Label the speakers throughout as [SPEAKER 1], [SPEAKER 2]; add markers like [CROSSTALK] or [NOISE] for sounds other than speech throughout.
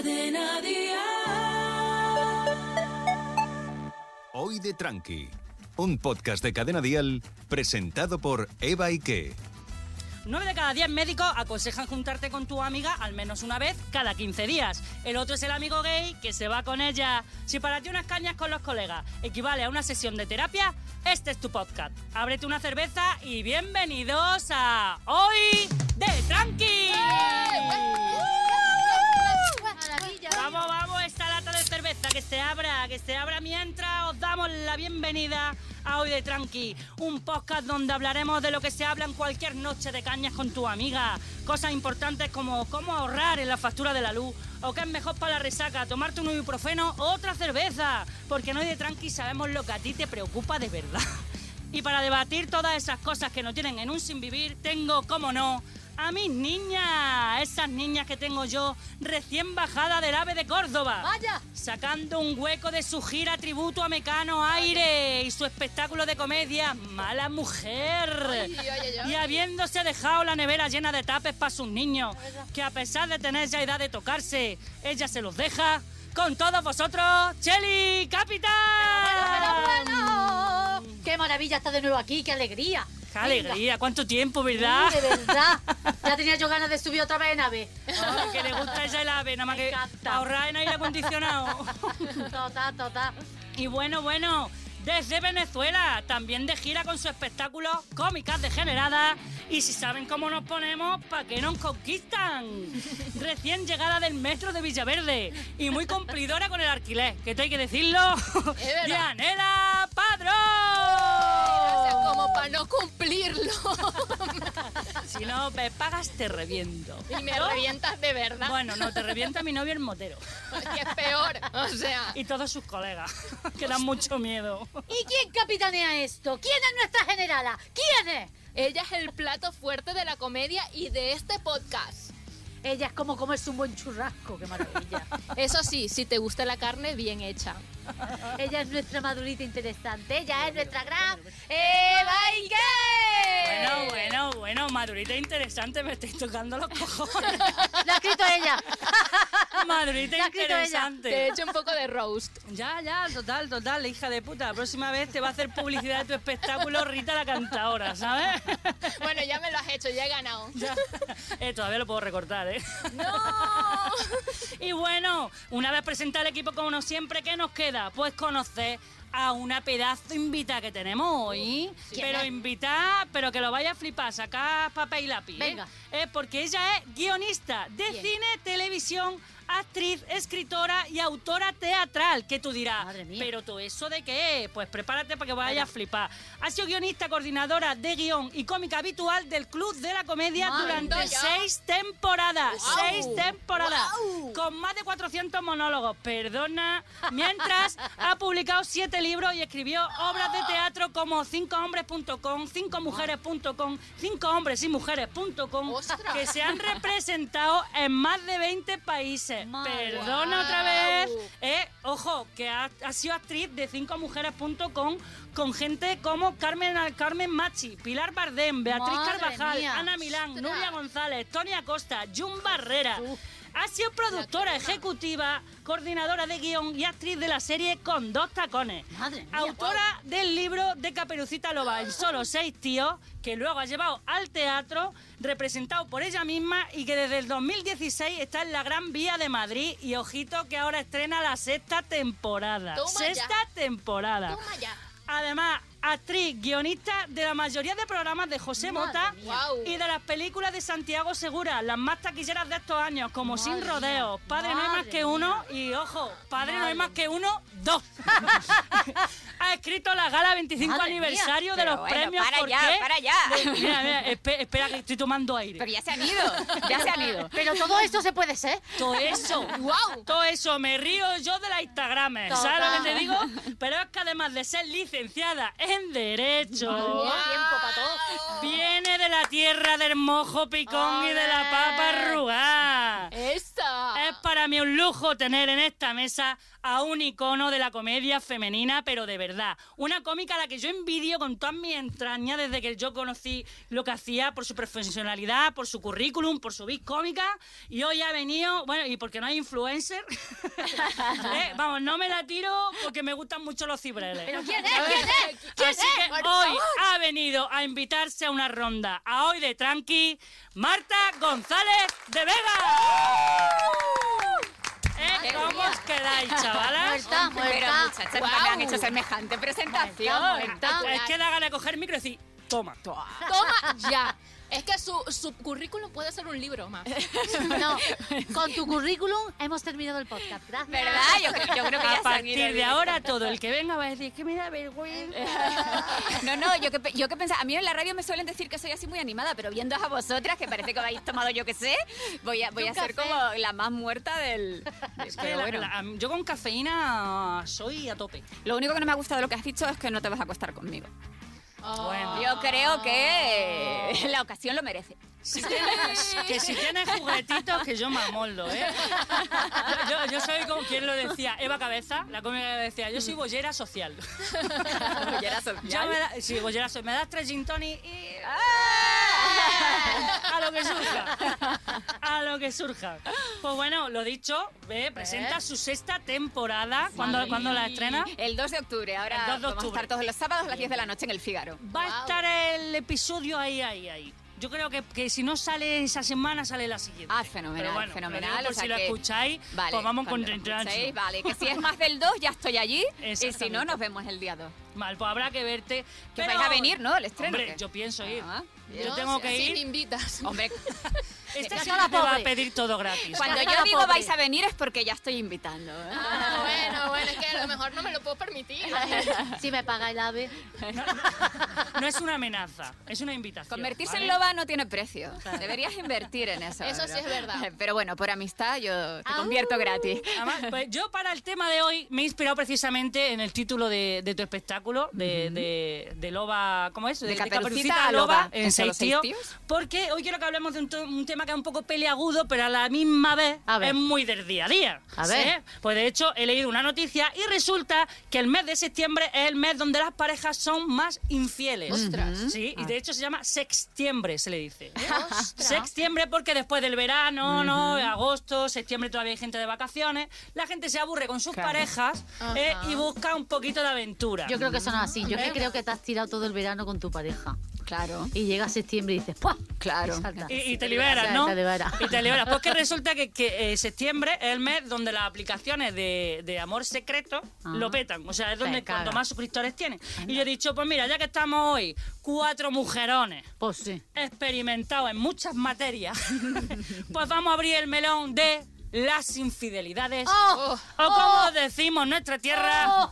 [SPEAKER 1] Cadena Dial.
[SPEAKER 2] Hoy de Tranqui, un podcast de Cadena Dial presentado por Eva Ike.
[SPEAKER 3] 9 de cada 10 médicos aconsejan juntarte con tu amiga al menos una vez cada 15 días. El otro es el amigo gay que se va con ella. Si para ti unas cañas con los colegas equivale a una sesión de terapia, este es tu podcast. Ábrete una cerveza y bienvenidos a Hoy de Tranqui. Vamos, vamos, esta lata de cerveza que se abra, que se abra mientras os damos la bienvenida a Hoy de Tranqui, un podcast donde hablaremos de lo que se habla en cualquier noche de cañas con tu amiga. Cosas importantes como cómo ahorrar en la factura de la luz o qué es mejor para la resaca, tomarte un ibuprofeno o otra cerveza. Porque en Hoy de Tranqui sabemos lo que a ti te preocupa de verdad. Y para debatir todas esas cosas que no tienen en un sin vivir, tengo, como no, a mis niñas, esas niñas que tengo yo recién bajada del AVE de Córdoba.
[SPEAKER 4] ¡Vaya!
[SPEAKER 3] Sacando un hueco de su gira tributo a Mecano Aire y su espectáculo de comedia Mala Mujer.
[SPEAKER 4] Ay, ay, ay,
[SPEAKER 3] y habiéndose dejado la nevera llena de tapes para sus niños, que a pesar de tener ya edad de tocarse, ella se los deja. Con todos vosotros, Cheli Capital.
[SPEAKER 4] Pero bueno, pero bueno. ¡Qué maravilla estar de nuevo aquí! ¡Qué alegría!
[SPEAKER 3] ¡Qué alegría! ¿Cuánto tiempo, verdad?
[SPEAKER 4] Sí, de verdad. Ya tenía yo ganas de subir otra vez en [LAUGHS] ave.
[SPEAKER 3] Oh, que le gusta esa el ave, nada más que ahorrar en aire
[SPEAKER 5] [LAUGHS]
[SPEAKER 3] acondicionado.
[SPEAKER 4] Total, total.
[SPEAKER 3] Y bueno, bueno, desde Venezuela, también de gira con su espectáculo Cómicas Degeneradas. Y si saben cómo nos ponemos, ¿para qué nos
[SPEAKER 5] [LAUGHS]
[SPEAKER 3] conquistan? Recién llegada del metro de Villaverde y muy cumplidora con el alquiler, que te hay que decirlo. [LAUGHS] ¡Dianela Padrón!
[SPEAKER 5] Gracias, como para no cumplirlo.
[SPEAKER 3] si no me pagas, te reviento.
[SPEAKER 5] Y me ¿No? revientas de verdad.
[SPEAKER 3] Bueno, no, te revienta mi novio el motero.
[SPEAKER 5] [LAUGHS] Que es peor, o sea.
[SPEAKER 3] Y todos sus colegas, [LAUGHS] que dan mucho miedo.
[SPEAKER 4] ¿Y quién capitanea esto? ¿Quién es nuestra generala? ¿Quién es?
[SPEAKER 5] Ella es el plato fuerte de la comedia y de este podcast.
[SPEAKER 4] Ella es como comerse un buen churrasco, qué maravilla.
[SPEAKER 5] Eso sí, si te gusta la carne, bien hecha.
[SPEAKER 4] Ella es nuestra madurita interesante, ella es nuestra gran Eva
[SPEAKER 5] Eh.
[SPEAKER 4] Inge.
[SPEAKER 3] Bueno, bueno, bueno, madurita interesante, me estáis tocando los
[SPEAKER 5] [LAUGHS]
[SPEAKER 3] cojones.
[SPEAKER 4] La ha escrito ella.
[SPEAKER 3] Madurita interesante.
[SPEAKER 5] Ella. Te he hecho un poco de roast.
[SPEAKER 3] Ya, ya, total, total, hija de puta. La próxima vez te va a hacer publicidad de tu espectáculo Rita la cantadora, ¿sabes?
[SPEAKER 5] Bueno, ya me lo has hecho, ya he ganado. Ya.
[SPEAKER 3] [LAUGHS] Eh, todavía lo puedo recortar, ¿eh?
[SPEAKER 5] ¡No!
[SPEAKER 3] [LAUGHS] Y bueno, una vez presentado el equipo como no siempre, ¿qué nos queda? Pues conocer a una pedazo invitada que tenemos hoy. Sí, pero invitada, pero que lo vaya a flipar, sacar papel y lápiz.
[SPEAKER 4] Venga.
[SPEAKER 3] ¿eh? Eh, porque ella es guionista de Bien. cine, televisión, actriz, escritora y autora teatral. Que tú dirás,
[SPEAKER 4] Madre mía.
[SPEAKER 3] pero todo eso de qué es? Pues prepárate para que vaya Venga. a flipar. Ha sido guionista, coordinadora de guión y cómica habitual del Club de la Comedia Madre durante ya. seis temporadas. Wow. Seis temporadas. Wow. Con más de 400 monólogos. Perdona. Mientras
[SPEAKER 4] [LAUGHS]
[SPEAKER 3] ha publicado siete libros y escribió obras de teatro como 5hombres.com, 5mujeres.com, 5hombresymujeres.com, que se han representado en más de 20 países. Perdona wow. otra vez. Eh, ojo, que ha, ha, sido actriz de 5mujeres.com con gente como Carmen, Carmen Machi, Pilar Bardem, Beatriz
[SPEAKER 4] Madre
[SPEAKER 3] Carvajal,
[SPEAKER 4] mía.
[SPEAKER 3] Ana Milán, Ostras. Nuria González, Tony Acosta, Jun Barrera. Uf. Ha sido productora ejecutiva, coordinadora de guión y actriz de la serie Con dos tacones.
[SPEAKER 4] Madre mía,
[SPEAKER 3] autora wow. del libro de Caperucita Loba en solo seis tíos, que luego ha llevado al teatro, representado por ella misma y que desde el 2016 está en la Gran Vía de Madrid y ojito que ahora estrena la sexta temporada.
[SPEAKER 5] Toma
[SPEAKER 3] sexta
[SPEAKER 5] ya.
[SPEAKER 3] temporada.
[SPEAKER 5] [LAUGHS] Toma ya.
[SPEAKER 3] Además, actriz, guionista de la mayoría de programas de José Mota
[SPEAKER 5] wow.
[SPEAKER 3] y de las películas de Santiago Segura, las más taquilleras de estos años, como Madre Sin Rodeos, Padre No hay más que uno y, ojo, Padre Madre No hay más que uno,
[SPEAKER 6] [LAUGHS]
[SPEAKER 3] dos. ha escrito la gala 25
[SPEAKER 6] Madre
[SPEAKER 3] aniversario
[SPEAKER 6] mía,
[SPEAKER 3] de los
[SPEAKER 6] bueno,
[SPEAKER 3] premios.
[SPEAKER 6] Para
[SPEAKER 3] ¿por
[SPEAKER 6] ya,
[SPEAKER 3] qué?
[SPEAKER 6] para ya.
[SPEAKER 3] De- mira, mira, espe- espera que estoy tomando aire.
[SPEAKER 6] Pero ya se han ido, ya se han ido.
[SPEAKER 4] Pero todo esto se puede ser.
[SPEAKER 3] Todo
[SPEAKER 6] [LAUGHS]
[SPEAKER 3] eso,
[SPEAKER 5] Guau.
[SPEAKER 3] todo eso, me río yo de la Instagramer, ¿sabes
[SPEAKER 4] Total.
[SPEAKER 3] lo que te digo? Pero es que además de ser licenciada en Derecho,
[SPEAKER 4] Madre mía. tiempo pa' todo.
[SPEAKER 3] viene de la tierra del mojo picón y de la
[SPEAKER 5] Ole.
[SPEAKER 3] papa arrugada.
[SPEAKER 5] ¡Esta!
[SPEAKER 3] Es para mí un lujo tener en esta mesa a un icono de la comedia femenina, pero de verdad. Una cómica a la que yo envidio con todas mis entrañas desde que yo conocí lo que hacía por su profesionalidad, por su currículum, por su vis cómica. Y hoy ha venido, bueno, y porque no hay influencer. [LAUGHS] Eh, Vamos, no me la tiro porque me gustan mucho los cibreles.
[SPEAKER 4] ¿Pero quién es? ¿Quién es?
[SPEAKER 3] Así que hoy ha venido a invitarse a una ronda a hoy de Tranqui, Marta González de Vega. Eh,
[SPEAKER 4] Madre
[SPEAKER 3] ¿Cómo
[SPEAKER 4] mía.
[SPEAKER 3] os quedáis,
[SPEAKER 4] [LAUGHS]
[SPEAKER 3] chavalas?
[SPEAKER 4] [LAUGHS] Muerta,
[SPEAKER 6] Pero
[SPEAKER 4] muerta.
[SPEAKER 6] muchachas, ¿por qué me han hecho semejante presentación?
[SPEAKER 4] Muerta, muerta.
[SPEAKER 3] Oh, Es que da ganas de coger el micro y decir, toma.
[SPEAKER 5] Toma ya. Es que su, su currículum puede ser un libro más.
[SPEAKER 4] [LAUGHS] No,
[SPEAKER 3] [LAUGHS]
[SPEAKER 4] con tu currículum hemos terminado el podcast. Gracias.
[SPEAKER 6] ¿Verdad? Yo, creo- yo creo que ya
[SPEAKER 3] A
[SPEAKER 6] se han ido
[SPEAKER 3] partir de
[SPEAKER 6] bien.
[SPEAKER 3] ahora todo el que venga va a decir que me da vergüenza.
[SPEAKER 6] [LAUGHS] No, no, yo que, pe- yo que pensaba, a mí en la radio me suelen decir que soy así muy animada, pero viendo a vosotras, que parece que habéis tomado yo que sé, voy a, voy a
[SPEAKER 4] Un
[SPEAKER 6] ser
[SPEAKER 4] café.
[SPEAKER 6] como la más muerta del...
[SPEAKER 3] Es que
[SPEAKER 6] pero
[SPEAKER 3] la-
[SPEAKER 6] bueno,
[SPEAKER 3] la- yo con cafeína soy a tope.
[SPEAKER 6] lo único que no me ha gustado de lo que has dicho es que no te vas a acostar conmigo.
[SPEAKER 3] Bueno.
[SPEAKER 6] Yo creo que la ocasión lo merece.
[SPEAKER 3] Si tienes, que si tienes juguetitos, que yo me amoldo, ¿eh? Yo, yo- yo soy como quien lo decía, Eva Cabeza, la cómica que decía, yo soy bollera social.
[SPEAKER 6] Oye, era
[SPEAKER 3] [LAUGHS] Yo
[SPEAKER 6] social.
[SPEAKER 3] me ¡Ah! da, sí, bollera social, me das tres gin tonic y... A lo que surja. A lo que surja. Pues bueno, lo dicho, eh, presenta su sexta temporada. cuando cuando la estrena?
[SPEAKER 6] El 2 de octubre, ahora
[SPEAKER 3] El 2 de
[SPEAKER 6] vamos a
[SPEAKER 3] octubre.
[SPEAKER 6] estar todos los sábados a las 10 de la noche en el Fígaro.
[SPEAKER 3] Va a estar el episodio ahí, ahí, ahí. Yo creo que, que si no sale esa semana, sale la siguiente.
[SPEAKER 6] Ah, fenomenal,
[SPEAKER 3] Pero bueno,
[SPEAKER 6] fenomenal,
[SPEAKER 3] lo digo por
[SPEAKER 6] o sea
[SPEAKER 3] si lo
[SPEAKER 6] que-
[SPEAKER 3] escucháis, pues vamos con
[SPEAKER 6] cuando lo escuchéis, Vale, que si es más del 2 ya estoy allí y si no
[SPEAKER 3] Exactamente.
[SPEAKER 6] nos vemos el día 2.
[SPEAKER 3] Mal, pues habrá que verte.
[SPEAKER 6] Que
[SPEAKER 3] Pero-
[SPEAKER 6] vais a venir, ¿no? El estreno.
[SPEAKER 3] Hombre,
[SPEAKER 6] ¿qué?
[SPEAKER 3] yo pienso ir.
[SPEAKER 6] Ah,
[SPEAKER 3] Yo tengo que
[SPEAKER 5] si
[SPEAKER 3] ir.
[SPEAKER 5] me
[SPEAKER 3] [LAUGHS]
[SPEAKER 5] invitas.
[SPEAKER 6] Hombre,
[SPEAKER 3] Esta
[SPEAKER 4] Casa
[SPEAKER 3] señora
[SPEAKER 4] la
[SPEAKER 3] Este te va a
[SPEAKER 4] pobre.
[SPEAKER 3] pedir todo
[SPEAKER 6] [LAUGHS]
[SPEAKER 3] gratis.
[SPEAKER 6] cuando
[SPEAKER 4] Cara
[SPEAKER 6] yo digo
[SPEAKER 4] pobre.
[SPEAKER 6] vais a venir es porque ya estoy invitando. ¿eh?
[SPEAKER 5] Ah, bueno, bueno, es que a lo mejor no me lo puedo permitir.
[SPEAKER 4] Si me paga el ave.
[SPEAKER 3] No es una amenaza, es una invitación.
[SPEAKER 6] Convertirse en
[SPEAKER 3] ¿vale?
[SPEAKER 6] loba no tiene precio. [LAUGHS] Deberías invertir en eso.
[SPEAKER 5] Eso sí
[SPEAKER 6] pero-
[SPEAKER 5] es verdad.
[SPEAKER 6] [LAUGHS] Pero bueno, por amistad yo te
[SPEAKER 4] Au.
[SPEAKER 6] convierto gratis.
[SPEAKER 3] Además, pues yo para el tema de hoy me he inspirado precisamente en el título de, de tu espectáculo, de, de- de Loba, ¿cómo es?
[SPEAKER 6] De Caperucita a Loba,
[SPEAKER 3] en,
[SPEAKER 6] en solo
[SPEAKER 3] seis
[SPEAKER 6] seis
[SPEAKER 3] tíos.
[SPEAKER 6] tíos.
[SPEAKER 3] Porque hoy quiero que hablemos de un, to- un tema que es un poco peleagudo, pero a la misma vez
[SPEAKER 4] A ver.
[SPEAKER 3] es muy del día a día.
[SPEAKER 4] A ver.
[SPEAKER 3] Pues de hecho he leído una noticia y resulta que el mes de septiembre es el mes donde las parejas son más infieles.
[SPEAKER 5] Ostras.
[SPEAKER 3] Sí,
[SPEAKER 4] Ah.
[SPEAKER 3] y de hecho se llama sextiembre, se le
[SPEAKER 4] [LAUGHS]
[SPEAKER 3] dice.
[SPEAKER 5] Ostras.
[SPEAKER 3] Septiembre porque después del verano, ¿no? Agosto, septiembre todavía hay gente de vacaciones. La gente se aburre con sus parejas eh, y busca un poquito de aventura.
[SPEAKER 4] Yo creo que eso no es así. Yo es que creo que te has tirado todo el verano con tu pareja.
[SPEAKER 6] Claro,
[SPEAKER 4] Y llega septiembre y dices, ¡pua!
[SPEAKER 6] claro.
[SPEAKER 4] Salta.
[SPEAKER 3] y, y te liberas,
[SPEAKER 4] Ya,
[SPEAKER 3] ¿no?
[SPEAKER 4] te liberas.
[SPEAKER 3] Y te liberas. Pues que resulta que, que, eh, septiembre es el mes donde las aplicaciones de, de amor secreto
[SPEAKER 4] Ah.
[SPEAKER 3] lo petan. O sea, es donde
[SPEAKER 4] Se caga.
[SPEAKER 3] cuanto más suscriptores tienen. Y yo he dicho, pues mira, ya que estamos hoy, cuatro mujerones
[SPEAKER 4] Pues sí.
[SPEAKER 3] experimentados en muchas materias, [LAUGHS] pues vamos a abrir el melón de las infidelidades.
[SPEAKER 4] ¡Oh!
[SPEAKER 3] O como decimos en nuestra
[SPEAKER 6] Oh.
[SPEAKER 3] tierra,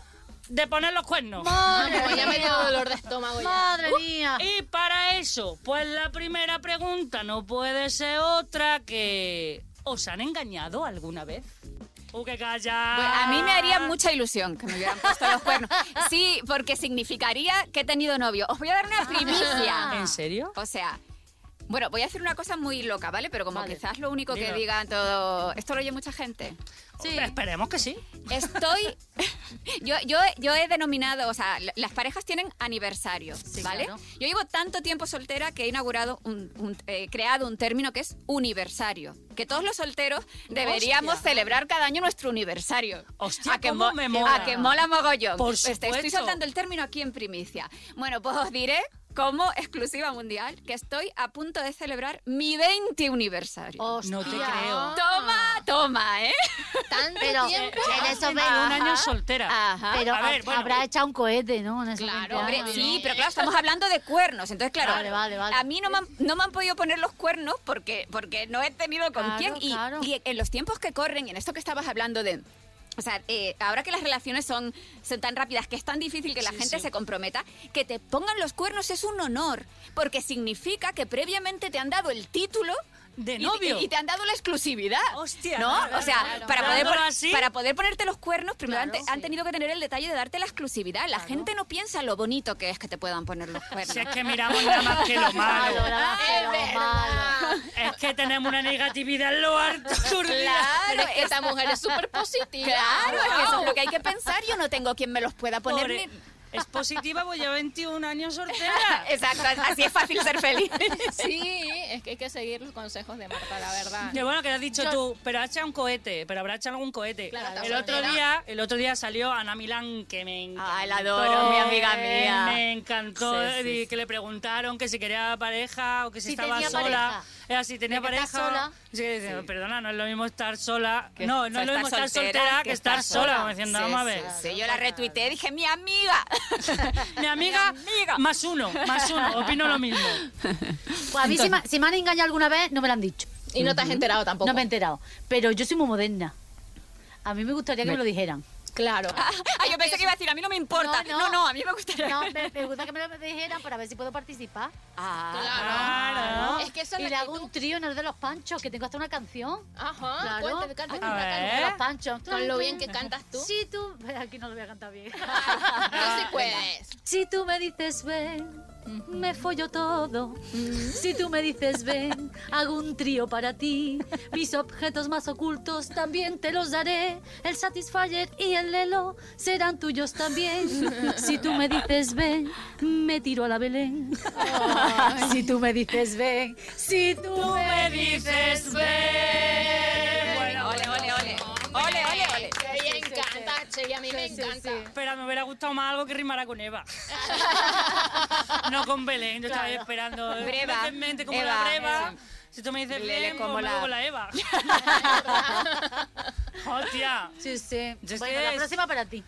[SPEAKER 3] de poner los cuernos.
[SPEAKER 4] ¡Madre
[SPEAKER 5] Vamos, ya me dio
[SPEAKER 4] mía!
[SPEAKER 5] dolor de estómago ya.
[SPEAKER 4] ¡Madre
[SPEAKER 3] Uh,
[SPEAKER 4] mía!
[SPEAKER 3] Y para eso, pues la primera pregunta no puede ser otra que... ¿Os han engañado alguna vez? ¡Uh, que calla!
[SPEAKER 6] Pues a mí me
[SPEAKER 3] Ah.
[SPEAKER 6] haría mucha ilusión que me hubieran puesto los cuernos. Sí, porque significaría que he tenido novio. Os voy a dar una primicia.
[SPEAKER 3] ¿En serio?
[SPEAKER 6] O sea, bueno, voy a hacer una cosa muy loca, ¿vale? Pero como
[SPEAKER 4] Vale.
[SPEAKER 6] quizás lo único que
[SPEAKER 3] Dilo.
[SPEAKER 6] digan todo. Esto lo oye mucha gente.
[SPEAKER 4] Sí.
[SPEAKER 3] Pues Esperemos que sí.
[SPEAKER 6] Estoy. [LAUGHS] yo, yo, yo he denominado. O sea, la- las parejas tienen aniversario, ¿vale?
[SPEAKER 4] claro.
[SPEAKER 6] Yo llevo tanto tiempo soltera que he inaugurado un, un- eh, creado un término que es universario. Que todos los solteros deberíamos celebrar cada año nuestro universario.
[SPEAKER 3] Hostia,
[SPEAKER 6] a que,
[SPEAKER 3] cómo
[SPEAKER 6] mo-
[SPEAKER 3] me mola.
[SPEAKER 6] a que mola mogollón.
[SPEAKER 3] Por
[SPEAKER 6] Este, Estoy
[SPEAKER 3] supuesto.
[SPEAKER 6] soltando el término aquí en primicia. Bueno, pues os diré como exclusiva mundial que estoy a punto de celebrar mi 20 aniversario.
[SPEAKER 3] No te
[SPEAKER 4] Hostia.
[SPEAKER 3] creo.
[SPEAKER 6] Toma, toma, ¿eh.
[SPEAKER 5] Tanto
[SPEAKER 4] Pero
[SPEAKER 5] tiempo.
[SPEAKER 4] en
[SPEAKER 3] Has
[SPEAKER 4] esos
[SPEAKER 3] tenido
[SPEAKER 4] 20
[SPEAKER 3] un año soltera.
[SPEAKER 6] Ajá.
[SPEAKER 4] Pero
[SPEAKER 3] A ver,
[SPEAKER 4] ha-
[SPEAKER 3] bueno. eh.
[SPEAKER 4] habrá echado un cohete, ¿no? En esos 20
[SPEAKER 5] Claro, hombre,
[SPEAKER 4] años.
[SPEAKER 6] Sí,
[SPEAKER 5] no.
[SPEAKER 6] pero claro, estamos hablando de cuernos. Entonces, claro,
[SPEAKER 4] Vale, vale, vale.
[SPEAKER 6] a mí no me, han, no me han podido poner los cuernos porque, porque no he tenido con
[SPEAKER 4] Claro,
[SPEAKER 6] quién. Y,
[SPEAKER 4] claro.
[SPEAKER 6] y en los tiempos que corren, y en esto que estabas hablando de... O sea, eh, ahora que las relaciones son, son tan rápidas, que es tan difícil que la
[SPEAKER 3] Sí,
[SPEAKER 6] gente
[SPEAKER 3] sí.
[SPEAKER 6] se comprometa, que te pongan los cuernos es un honor, porque significa que previamente te han dado el título
[SPEAKER 3] De
[SPEAKER 6] Y- y-
[SPEAKER 3] novio.
[SPEAKER 6] Y, te han dado la exclusividad.
[SPEAKER 3] Hostia,
[SPEAKER 6] ¿No?
[SPEAKER 3] claro,
[SPEAKER 6] o sea,
[SPEAKER 4] claro,
[SPEAKER 6] para,
[SPEAKER 3] claro.
[SPEAKER 6] poder,
[SPEAKER 3] Dándolo
[SPEAKER 6] pon-
[SPEAKER 3] así.
[SPEAKER 6] para poder ponerte los cuernos, primero
[SPEAKER 4] Claro,
[SPEAKER 6] han, te- han
[SPEAKER 4] sí.
[SPEAKER 6] tenido que tener el detalle de darte la exclusividad. La gente no piensa lo bonito que es que te puedan poner los [LAUGHS] cuernos.
[SPEAKER 3] Si es que miramos nada más que
[SPEAKER 6] [LAUGHS]
[SPEAKER 3] lo malo.
[SPEAKER 4] Malo, nada, pero malo.
[SPEAKER 3] Es que tenemos una negatividad en lo [LAUGHS] harto.
[SPEAKER 6] Claro,
[SPEAKER 5] Pero es que esta mujer es súper positiva.
[SPEAKER 6] Claro, es que eso es lo que hay que pensar. Yo no tengo quien me los pueda poner. [LAUGHS]
[SPEAKER 3] Pobre-
[SPEAKER 6] ni-
[SPEAKER 3] Es positiva, pues lleva 21 años soltera.
[SPEAKER 6] Exacto, así [LAUGHS] es fácil ser feliz.
[SPEAKER 5] Sí, es que hay que seguir los consejos de Marta, la verdad.
[SPEAKER 3] Que bueno, que lo has dicho
[SPEAKER 5] Yo-
[SPEAKER 3] tú, pero ha echado un cohete, pero habrá echado algún cohete.
[SPEAKER 5] Claro,
[SPEAKER 3] el
[SPEAKER 5] está
[SPEAKER 3] otro
[SPEAKER 5] soltera.
[SPEAKER 3] día, el otro día salió Ana Milán, que me encantó.
[SPEAKER 6] Ay, Ah, la adoro, mi amiga mía.
[SPEAKER 3] Me encantó, eh,
[SPEAKER 6] Sí, sí,
[SPEAKER 3] y
[SPEAKER 6] sí.
[SPEAKER 3] que le preguntaron que si quería pareja o que si,
[SPEAKER 4] Si
[SPEAKER 3] estaba
[SPEAKER 4] tenía
[SPEAKER 3] sola.
[SPEAKER 4] pareja.
[SPEAKER 3] Era si tenía
[SPEAKER 4] De que
[SPEAKER 3] pareja.
[SPEAKER 4] estás sola.
[SPEAKER 3] Sí, dice, perdona, no es lo mismo estar sola.
[SPEAKER 6] [LAUGHS] Que
[SPEAKER 3] no, no es lo
[SPEAKER 6] estar
[SPEAKER 3] mismo estar
[SPEAKER 6] soltera
[SPEAKER 3] soltera
[SPEAKER 6] que
[SPEAKER 3] que estar
[SPEAKER 6] estar sola.
[SPEAKER 3] sola. Como diciendo,
[SPEAKER 6] Sí,
[SPEAKER 3] vamos a
[SPEAKER 6] sí,
[SPEAKER 3] ver.
[SPEAKER 6] Sí, yo la retuiteé, dije, mi [LAUGHS] amiga.
[SPEAKER 3] Mi amiga,
[SPEAKER 6] amiga.
[SPEAKER 3] más uno, más uno, opino lo mismo.
[SPEAKER 4] Pues a mí si me, si me han engañado alguna vez, no me lo han dicho.
[SPEAKER 5] Y no te has enterado tampoco.
[SPEAKER 4] No me he enterado. Pero yo soy muy moderna. A mí me gustaría que me lo dijeran.
[SPEAKER 5] Claro.
[SPEAKER 6] Ay, Ah, yo pensé que iba a decir, a mí no me importa. No,
[SPEAKER 4] No,
[SPEAKER 6] no,
[SPEAKER 4] no.
[SPEAKER 6] a mí me gustaría.
[SPEAKER 4] No, me, me gusta que me lo dijeran para ver si puedo participar.
[SPEAKER 6] Ah,
[SPEAKER 5] Claro.
[SPEAKER 3] Claro.
[SPEAKER 5] Es que esa es
[SPEAKER 4] y
[SPEAKER 5] la
[SPEAKER 4] le hago
[SPEAKER 5] actitud.
[SPEAKER 4] un trío en el de los panchos, que tengo hasta una canción.
[SPEAKER 5] Ajá. pues,
[SPEAKER 4] Claro.
[SPEAKER 5] Cuéntame, cántame
[SPEAKER 3] A
[SPEAKER 5] una
[SPEAKER 3] ver.
[SPEAKER 5] canción.
[SPEAKER 4] De
[SPEAKER 3] ¿Eh?
[SPEAKER 4] los panchos.
[SPEAKER 5] Con lo bien que cantas tú.
[SPEAKER 4] Si tú. Aquí no lo voy a cantar [LAUGHS] bien.
[SPEAKER 5] No se puedes.
[SPEAKER 4] Si tú me dices ven, me follo todo. Si tú me dices ven, hago un trío para ti. Mis objetos más ocultos también te los daré. El Satisfyer y el Lelo serán tuyos también. Si tú me dices ven, me tiro a la Belén. Si tú me dices ven, si tú me dices ven.
[SPEAKER 6] bueno, ole, ole, ole. Ole, ole, ole.
[SPEAKER 5] Qué bien canta, che, y a mí me
[SPEAKER 4] sí,
[SPEAKER 5] encanta.
[SPEAKER 4] sí.
[SPEAKER 3] Espera, me hubiera gustado más algo que rimara con Eva. no con Belén, yo estaba ahí esperando. eh,
[SPEAKER 6] Breva,
[SPEAKER 3] decentemente, como
[SPEAKER 6] Eva,
[SPEAKER 3] la breva.
[SPEAKER 6] eso.
[SPEAKER 3] Si tú me dices
[SPEAKER 6] Lele
[SPEAKER 3] Belén,
[SPEAKER 6] como
[SPEAKER 3] como
[SPEAKER 6] la-
[SPEAKER 3] la... la Eva. Hostia,
[SPEAKER 4] Sí, sí.
[SPEAKER 3] Yo es
[SPEAKER 4] Bueno,
[SPEAKER 3] que
[SPEAKER 4] la
[SPEAKER 3] es-
[SPEAKER 4] próxima para ti.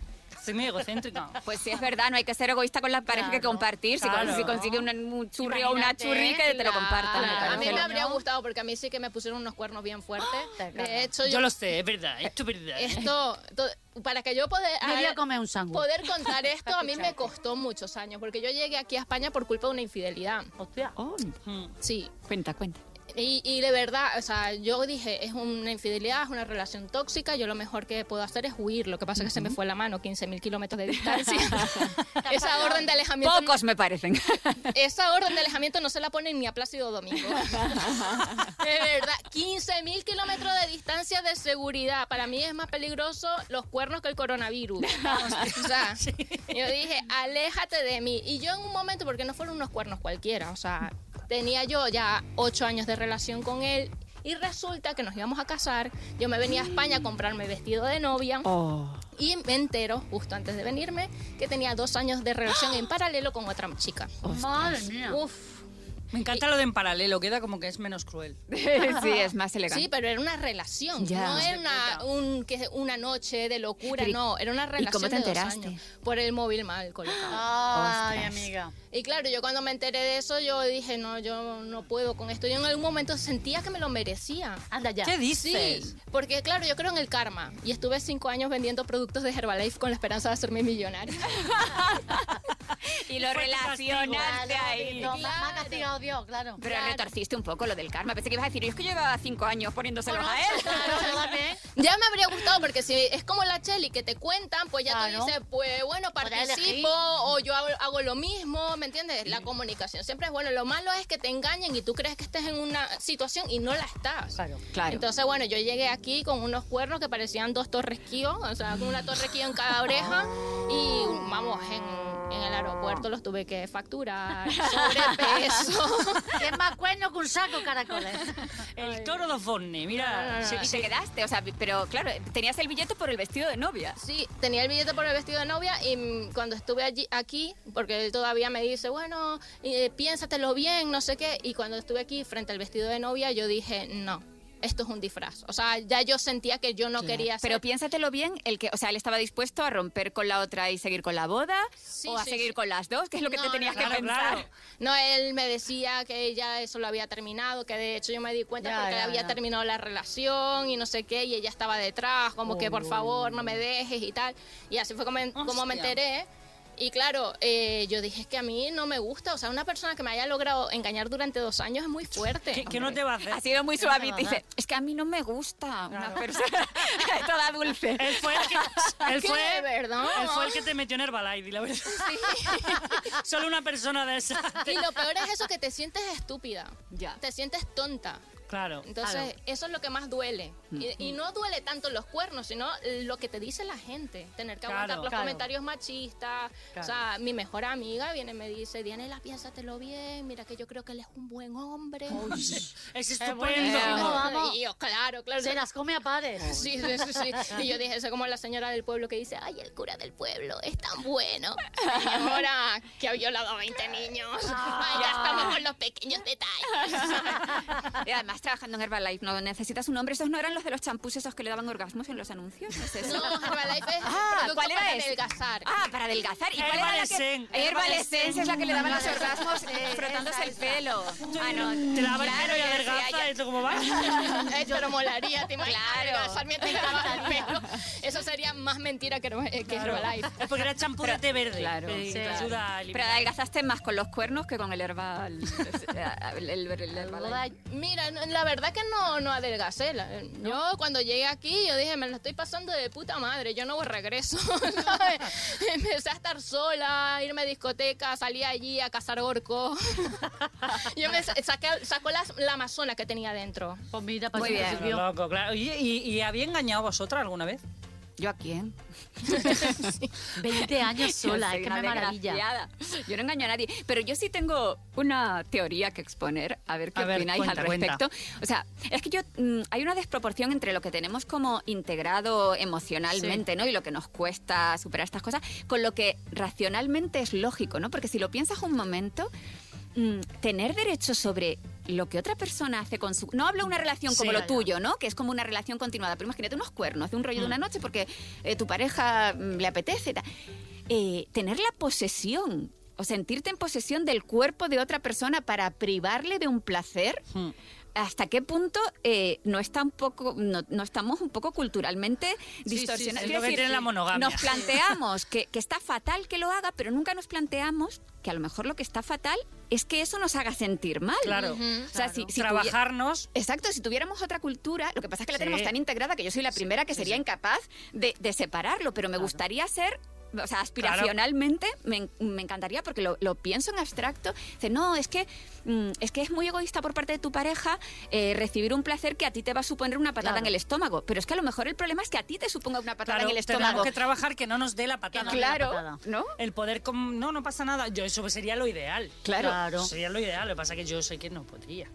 [SPEAKER 3] soy muy egocéntrica.
[SPEAKER 6] Pues sí, es verdad, no hay que ser egoísta con la pareja que
[SPEAKER 4] Claro,
[SPEAKER 6] compartir. Si con-
[SPEAKER 3] claro.
[SPEAKER 6] Si consigue un, un churri o una
[SPEAKER 4] Imagínate,
[SPEAKER 6] churri, que te lo compartan. me
[SPEAKER 5] Claro, Ah, A mí
[SPEAKER 6] parece
[SPEAKER 5] me
[SPEAKER 6] lo-
[SPEAKER 5] habría gustado porque a mí sí que me pusieron unos cuernos bien
[SPEAKER 6] [GASPS]
[SPEAKER 5] fuertes.
[SPEAKER 4] Claro.
[SPEAKER 5] De hecho,
[SPEAKER 3] Yo
[SPEAKER 5] yo
[SPEAKER 3] lo sé, es verdad, esto es verdad.
[SPEAKER 5] [LAUGHS]
[SPEAKER 6] [LAUGHS]
[SPEAKER 5] esto to- para que yo poder
[SPEAKER 4] Me voy a comer un sándwich.
[SPEAKER 5] poder
[SPEAKER 6] [LAUGHS]
[SPEAKER 5] contar esto a mí me costó muchos años porque yo llegué aquí a España por culpa de una infidelidad.
[SPEAKER 4] Hostia.
[SPEAKER 3] Mm.
[SPEAKER 5] Sí,
[SPEAKER 6] Cuenta, cuenta.
[SPEAKER 5] Y, y de verdad, o sea, yo dije, es una infidelidad, es una relación tóxica, yo lo mejor que puedo hacer es huir. Lo que pasa es que se me fue la mano, 15.000 kilómetros
[SPEAKER 6] [LAUGHS]
[SPEAKER 5] de distancia. esa orden de alejamiento...
[SPEAKER 6] Pocos me parecen.
[SPEAKER 5] Esa orden de alejamiento no se la ponen ni a Plácido Domingo. de verdad, 15.000 kilómetros de distancia de seguridad. Para mí es más peligroso los cuernos que el coronavirus. o sea, yo dije, aléjate de mí. Y yo en un momento, porque no fueron unos cuernos cualquiera, o sea, tenía yo ya ocho años de relación con él. Y resulta que nos íbamos a casar, yo me venía a España a comprarme vestido de novia
[SPEAKER 6] Oh.
[SPEAKER 5] y me entero, justo antes de venirme, que tenía dos años de relación en paralelo con otra chica.
[SPEAKER 4] Ah. Madre mía.
[SPEAKER 5] Uf.
[SPEAKER 3] Me encanta lo de en paralelo, queda como que es menos cruel.
[SPEAKER 6] sí, es más elegante.
[SPEAKER 5] Sí, pero era una relación,
[SPEAKER 6] Ya.
[SPEAKER 5] no era una, un, que, una noche de locura,
[SPEAKER 6] Pero, ¿y-
[SPEAKER 5] no, era una
[SPEAKER 6] y
[SPEAKER 5] relación
[SPEAKER 6] cómo te
[SPEAKER 5] de dos
[SPEAKER 6] enteraste?
[SPEAKER 5] años. por el móvil mal colocado.
[SPEAKER 4] Ah. Ay,
[SPEAKER 6] Ostras.
[SPEAKER 4] amiga.
[SPEAKER 5] Y claro, yo cuando me enteré de eso, yo dije, no, yo no puedo con esto. Yo en algún momento sentía que me lo merecía.
[SPEAKER 4] Anda ya.
[SPEAKER 3] ¿Qué dices?
[SPEAKER 5] Sí, porque claro, yo creo en el karma y estuve cinco años vendiendo productos de Herbalife con la esperanza de hacerme millonaria.
[SPEAKER 6] Y lo
[SPEAKER 3] Fue tu castigo.
[SPEAKER 6] relacionaste ahí.
[SPEAKER 4] No, más- más
[SPEAKER 5] Claro.
[SPEAKER 4] castigado Dios, claro.
[SPEAKER 6] Pero retorciste un poco lo del karma. Pensé que ibas a decir, yo es que llevaba cinco años poniéndoselos
[SPEAKER 5] Bueno,
[SPEAKER 6] a él.
[SPEAKER 4] Claro, yo también.
[SPEAKER 5] Ya me habría gustado porque si es como la Cheli que te cuentan, pues ya
[SPEAKER 4] Claro.
[SPEAKER 5] te dice, pues bueno,
[SPEAKER 4] Podrás elegir.
[SPEAKER 5] participo o yo hago, hago lo mismo, ¿me entiendes? La comunicación siempre es bueno. Lo malo es que te engañen y tú crees que estés en una situación y no la estás.
[SPEAKER 4] Claro.
[SPEAKER 6] Claro.
[SPEAKER 5] Entonces, bueno, yo llegué aquí con unos cuernos que parecían dos torres Kio, o sea, con una torre Kio en
[SPEAKER 4] Ah.
[SPEAKER 5] cada oreja y vamos, en, en el aeropuerto los tuve que
[SPEAKER 4] [LAUGHS]
[SPEAKER 5] facturar, sobrepeso.
[SPEAKER 4] Es más cuerno que un saco de caracoles.
[SPEAKER 3] El toro de Osborne, mira.
[SPEAKER 5] No, no,
[SPEAKER 3] se-
[SPEAKER 6] Sí,
[SPEAKER 5] no.
[SPEAKER 6] y te quedaste, o sea, pero claro, tenías el billete por el vestido de novia.
[SPEAKER 5] Sí, tenía el billete por el vestido de novia y mm, cuando estuve allí, aquí, porque él todavía me dice, bueno, eh, piénsatelo bien, no sé qué, y cuando estuve aquí frente al vestido de novia, yo dije, no, esto es un disfraz. O sea, ya yo sentía que yo no quería ser.
[SPEAKER 6] Pero piénsatelo bien, el que, o sea, él estaba dispuesto a romper con la otra y seguir con la boda
[SPEAKER 5] Sí,
[SPEAKER 6] o a
[SPEAKER 5] sí,
[SPEAKER 6] seguir
[SPEAKER 5] sí.
[SPEAKER 6] con las dos, que es lo que
[SPEAKER 5] No,
[SPEAKER 6] te
[SPEAKER 5] no,
[SPEAKER 6] tenías
[SPEAKER 5] no,
[SPEAKER 6] que
[SPEAKER 3] claro,
[SPEAKER 6] pensar.
[SPEAKER 3] claro.
[SPEAKER 5] No, él me decía que ya eso lo había terminado, que de hecho yo me di cuenta
[SPEAKER 4] Ya,
[SPEAKER 5] porque
[SPEAKER 4] ya,
[SPEAKER 5] había
[SPEAKER 4] ya.
[SPEAKER 5] terminado la relación y no sé qué, y
[SPEAKER 4] Oh.
[SPEAKER 5] ella estaba detrás, como que por favor no me dejes y tal. Y así fue como, como me
[SPEAKER 3] Hostia.
[SPEAKER 5] enteré. Y claro, eh, yo dije, es que a mí no me gusta. O sea, una persona que me haya logrado engañar durante dos años es muy
[SPEAKER 4] [LAUGHS]
[SPEAKER 5] fuerte.
[SPEAKER 3] ¿Qué, qué no te va a hacer?
[SPEAKER 6] Ha sido muy suavito. Dice, es que a mí no me gusta una persona [LAUGHS] toda dulce.
[SPEAKER 3] [LAUGHS] Él fue
[SPEAKER 6] [LAUGHS]
[SPEAKER 3] el que, él
[SPEAKER 5] ¿Qué?
[SPEAKER 3] fue,
[SPEAKER 5] ¿Verdad?
[SPEAKER 3] él fue el que te metió en Herbalife, di la verdad. [LAUGHS] Solo una persona de esa.
[SPEAKER 5] Y lo peor es eso, que te sientes estúpida.
[SPEAKER 6] Ya.
[SPEAKER 5] Te sientes tonta.
[SPEAKER 3] Claro.
[SPEAKER 5] Entonces, eso es lo que más duele.
[SPEAKER 6] Mm.
[SPEAKER 5] Y, y no duele tanto los cuernos, sino lo que te dice la gente. Tener que
[SPEAKER 3] Claro,
[SPEAKER 5] aguantar los
[SPEAKER 3] claro.
[SPEAKER 5] comentarios machistas. O sea, mi mejor amiga viene y me dice, Dianela, piénsatelo bien, mira que yo creo que él es un buen hombre. [LAUGHS]
[SPEAKER 3] Es pues,
[SPEAKER 5] Y
[SPEAKER 3] estupendo.
[SPEAKER 5] yo,
[SPEAKER 4] Vamos, vamos.
[SPEAKER 5] Y yo, claro, claro.
[SPEAKER 4] Se las come a pares.
[SPEAKER 5] Sí, sí, sí, sí. Y yo dije, eso como la señora del pueblo que dice, ay, el cura del pueblo es tan bueno. Y ahora que ha violado a 20 niños.
[SPEAKER 6] Ah.
[SPEAKER 5] Ay, ya estamos con los pequeños detalles.
[SPEAKER 6] Y además, trabajando en Herbalife, no necesitas un hombre. Esos no eran los de los champús esos que le daban orgasmos en los anuncios. ¿No es eso?
[SPEAKER 5] No, Herbalife es
[SPEAKER 6] Ah,
[SPEAKER 5] producto
[SPEAKER 6] ¿cuál era
[SPEAKER 5] para
[SPEAKER 6] ese?
[SPEAKER 5] adelgazar.
[SPEAKER 6] Ah, para adelgazar. ¿Y cuál era la
[SPEAKER 3] Herbalescent.
[SPEAKER 6] que... Herbalescent es la que le daban los orgasmos eh, frotándose el pelo. Ah, no.
[SPEAKER 3] Te lava el
[SPEAKER 6] Claro,
[SPEAKER 3] pelo y
[SPEAKER 6] yo decía,
[SPEAKER 3] adelgaza,
[SPEAKER 6] yo-
[SPEAKER 3] ¿esto cómo va?
[SPEAKER 5] [LAUGHS] Ay, pero molaría, te imaginas.
[SPEAKER 6] Claro.
[SPEAKER 5] Adelgazar mientras te lavas el pelo. Eso sería más mentira que, eh, que Herbalife.
[SPEAKER 3] Es porque era champú de té verde.
[SPEAKER 6] claro,
[SPEAKER 3] eh,
[SPEAKER 6] sí,
[SPEAKER 3] te
[SPEAKER 6] claro.
[SPEAKER 3] ayuda a
[SPEAKER 6] Pero
[SPEAKER 3] eliminar.
[SPEAKER 6] adelgazaste más con los cuernos que con
[SPEAKER 4] [LAUGHS]
[SPEAKER 6] el herbal. El, el- el- el Herbalife.
[SPEAKER 5] Mira, no, la verdad que no, no adelgacé. La- Yo cuando llegué aquí, yo dije, me lo estoy pasando de puta madre, yo no regreso. [LAUGHS] ¿sabes? Empecé a estar sola, irme a discoteca, salí allí a cazar orco. yo me sa- saqué, sacó la, la amazona que tenía dentro.
[SPEAKER 4] Pues mira, para
[SPEAKER 6] Muy
[SPEAKER 4] eso te
[SPEAKER 6] bien.
[SPEAKER 3] Pero
[SPEAKER 4] sirvió.
[SPEAKER 3] loco, claro. Oye, ¿Y, y, había engañado a vosotras alguna vez?
[SPEAKER 6] ¿Yo a quién?
[SPEAKER 4] 20 años
[SPEAKER 6] [LAUGHS]
[SPEAKER 4] sola,
[SPEAKER 6] Soy
[SPEAKER 4] es que
[SPEAKER 6] una
[SPEAKER 4] me maravilla.
[SPEAKER 6] desgraciada. Yo no engaño a nadie. Pero yo sí tengo una teoría que exponer, a ver qué
[SPEAKER 3] A ver,
[SPEAKER 6] opináis
[SPEAKER 3] cuenta,
[SPEAKER 6] al
[SPEAKER 3] cuenta.
[SPEAKER 6] respecto. O sea, es que yo mm, hay una desproporción entre lo que tenemos como integrado emocionalmente, ¿no? Y lo que nos cuesta superar estas cosas, con lo que racionalmente es lógico, ¿no? Porque si lo piensas un momento, mm, tener derecho sobre lo que otra persona hace con su... No hablo de una relación como
[SPEAKER 3] Sí, ya,
[SPEAKER 6] lo
[SPEAKER 3] Mm. ya.
[SPEAKER 6] tuyo, ¿no? Que es como una relación continuada. Pero imagínate unos cuernos de un rollo de una noche porque eh, tu pareja mm, le apetece. y tal. Eh, tener la posesión o sentirte en posesión del cuerpo de otra persona para privarle de un placer.
[SPEAKER 3] Hmm.
[SPEAKER 6] ¿Hasta qué punto eh, no, está un poco, no, no estamos un poco culturalmente
[SPEAKER 3] sí,
[SPEAKER 6] distorsionados?
[SPEAKER 3] es
[SPEAKER 6] Quiero
[SPEAKER 3] lo que tiene la monogamia.
[SPEAKER 6] Nos planteamos que, que está fatal que lo haga, pero nunca nos planteamos que a lo mejor lo que está fatal es que eso nos haga sentir mal.
[SPEAKER 3] Claro.
[SPEAKER 6] O sea, si, si tuvi-
[SPEAKER 3] Trabajarnos.
[SPEAKER 6] Exacto, si tuviéramos otra cultura, lo que pasa es que la
[SPEAKER 3] Sí.
[SPEAKER 6] tenemos tan integrada que yo soy la primera que sería incapaz de, de separarlo, pero me
[SPEAKER 3] Claro.
[SPEAKER 6] gustaría ser, o sea, aspiracionalmente me, en- me encantaría porque lo, lo pienso en abstracto. Dice, no, es que, mm, es que es muy egoísta por parte de tu pareja eh, recibir un placer que a ti te va a suponer una patada
[SPEAKER 4] Claro.
[SPEAKER 6] en el estómago, pero es que a lo mejor el problema es que a ti te suponga una patada
[SPEAKER 3] claro,
[SPEAKER 6] en el
[SPEAKER 3] tenemos
[SPEAKER 6] estómago.
[SPEAKER 3] que trabajar que no nos dé la patada.
[SPEAKER 4] no, la
[SPEAKER 6] Claro,
[SPEAKER 4] patada.
[SPEAKER 6] ¿no?
[SPEAKER 3] El poder, com- no, no pasa nada. Yo, eso sería lo ideal.
[SPEAKER 6] Claro.
[SPEAKER 4] Claro.
[SPEAKER 3] Sería lo ideal. Lo que pasa es que yo sé que no podría.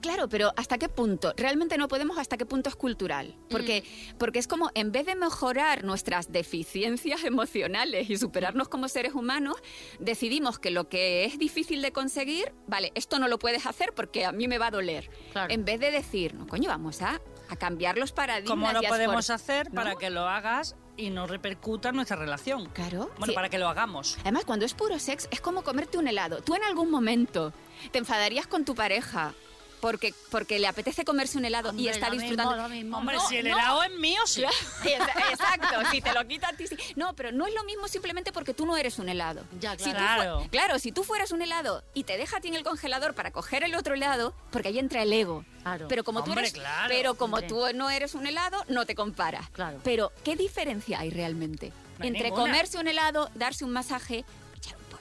[SPEAKER 6] Claro, pero ¿hasta qué punto? Realmente no podemos hasta qué punto es cultural. Porque,
[SPEAKER 3] Mm.
[SPEAKER 6] porque es como, en vez de mejorar nuestras deficiencias [LAUGHS] emocionales y superarnos como seres humanos, decidimos que lo que es difícil de conseguir, vale, esto no lo puedes hacer porque a mí me va a doler.
[SPEAKER 4] Claro.
[SPEAKER 6] En vez de decir, no, coño, vamos a, a cambiar los paradigmas.
[SPEAKER 3] ¿Cómo lo
[SPEAKER 6] y a
[SPEAKER 3] podemos
[SPEAKER 6] esfor-
[SPEAKER 3] hacer
[SPEAKER 6] ¿no?
[SPEAKER 3] para que lo hagas y no repercuta en nuestra relación?
[SPEAKER 6] Claro.
[SPEAKER 3] Bueno,
[SPEAKER 6] sí.
[SPEAKER 3] para que lo hagamos.
[SPEAKER 6] Además, cuando es puro sex, es como comerte un helado. Tú en algún momento te enfadarías con tu pareja porque, porque le apetece comerse un helado y
[SPEAKER 4] Hombre,
[SPEAKER 6] está
[SPEAKER 4] lo mismo,
[SPEAKER 6] disfrutando.
[SPEAKER 4] lo mismo.
[SPEAKER 3] Hombre,
[SPEAKER 6] no,
[SPEAKER 3] si el
[SPEAKER 6] no.
[SPEAKER 3] helado es mío, sí.
[SPEAKER 6] [LAUGHS] Sí, exa- Exacto, si te lo quita a ti, sí. No, pero no es lo mismo simplemente porque tú no eres un helado.
[SPEAKER 4] Ya,
[SPEAKER 6] Si tú
[SPEAKER 4] claro.
[SPEAKER 3] Claro.
[SPEAKER 6] fue- claro, si tú fueras un helado y te deja a ti en el congelador para coger el otro helado, porque ahí entra el ego.
[SPEAKER 4] Claro.
[SPEAKER 6] Pero como tú
[SPEAKER 3] Hombre,
[SPEAKER 6] eres,
[SPEAKER 3] claro,
[SPEAKER 6] pero como
[SPEAKER 4] hombre.
[SPEAKER 6] tú no eres un helado, no te comparas.
[SPEAKER 4] Claro.
[SPEAKER 6] Pero ¿qué diferencia hay realmente
[SPEAKER 3] No hay
[SPEAKER 6] entre
[SPEAKER 3] ninguna.
[SPEAKER 6] comerse un helado, darse un masaje, echar un polvo?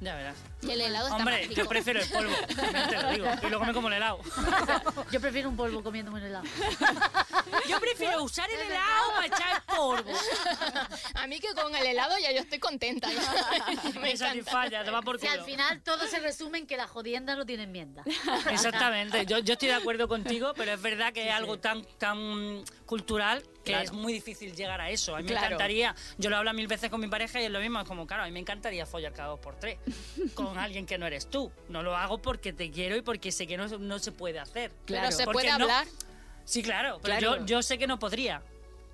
[SPEAKER 3] Ya verás.
[SPEAKER 5] Y el helado está
[SPEAKER 3] Hombre,
[SPEAKER 5] más
[SPEAKER 3] yo
[SPEAKER 5] rico.
[SPEAKER 3] prefiero el
[SPEAKER 6] [LAUGHS]
[SPEAKER 3] polvo. también te lo digo. Y luego me como el helado.
[SPEAKER 4] Yo prefiero un polvo comiendo un helado.
[SPEAKER 3] Yo prefiero usar el helado para echar
[SPEAKER 6] [LAUGHS]
[SPEAKER 3] polvo.
[SPEAKER 5] A mí que con el helado ya yo estoy contenta. ¿no?
[SPEAKER 3] Me satisfalla, te va por
[SPEAKER 4] Si
[SPEAKER 3] culo.
[SPEAKER 4] al final todo se resume en que la jodienda no tiene
[SPEAKER 6] [LAUGHS]
[SPEAKER 4] enmienda.
[SPEAKER 3] [LAUGHS] Exactamente. Yo, yo estoy de acuerdo contigo, pero es verdad que es algo tan, tan cultural que
[SPEAKER 6] Claro.
[SPEAKER 3] es muy difícil llegar a eso. A mí me
[SPEAKER 6] Claro.
[SPEAKER 3] encantaría. Yo lo hablo mil veces con mi pareja y es lo mismo. Es como, claro, a mí me encantaría follar cada dos por tres con alguien que no eres tú. No lo hago porque te quiero y porque sé que no, no se puede hacer.
[SPEAKER 5] Pero se
[SPEAKER 3] Porque
[SPEAKER 5] puede
[SPEAKER 3] no-
[SPEAKER 5] hablar.
[SPEAKER 3] Sí, claro, pero
[SPEAKER 6] Claro.
[SPEAKER 3] Yo, yo sé que no podría.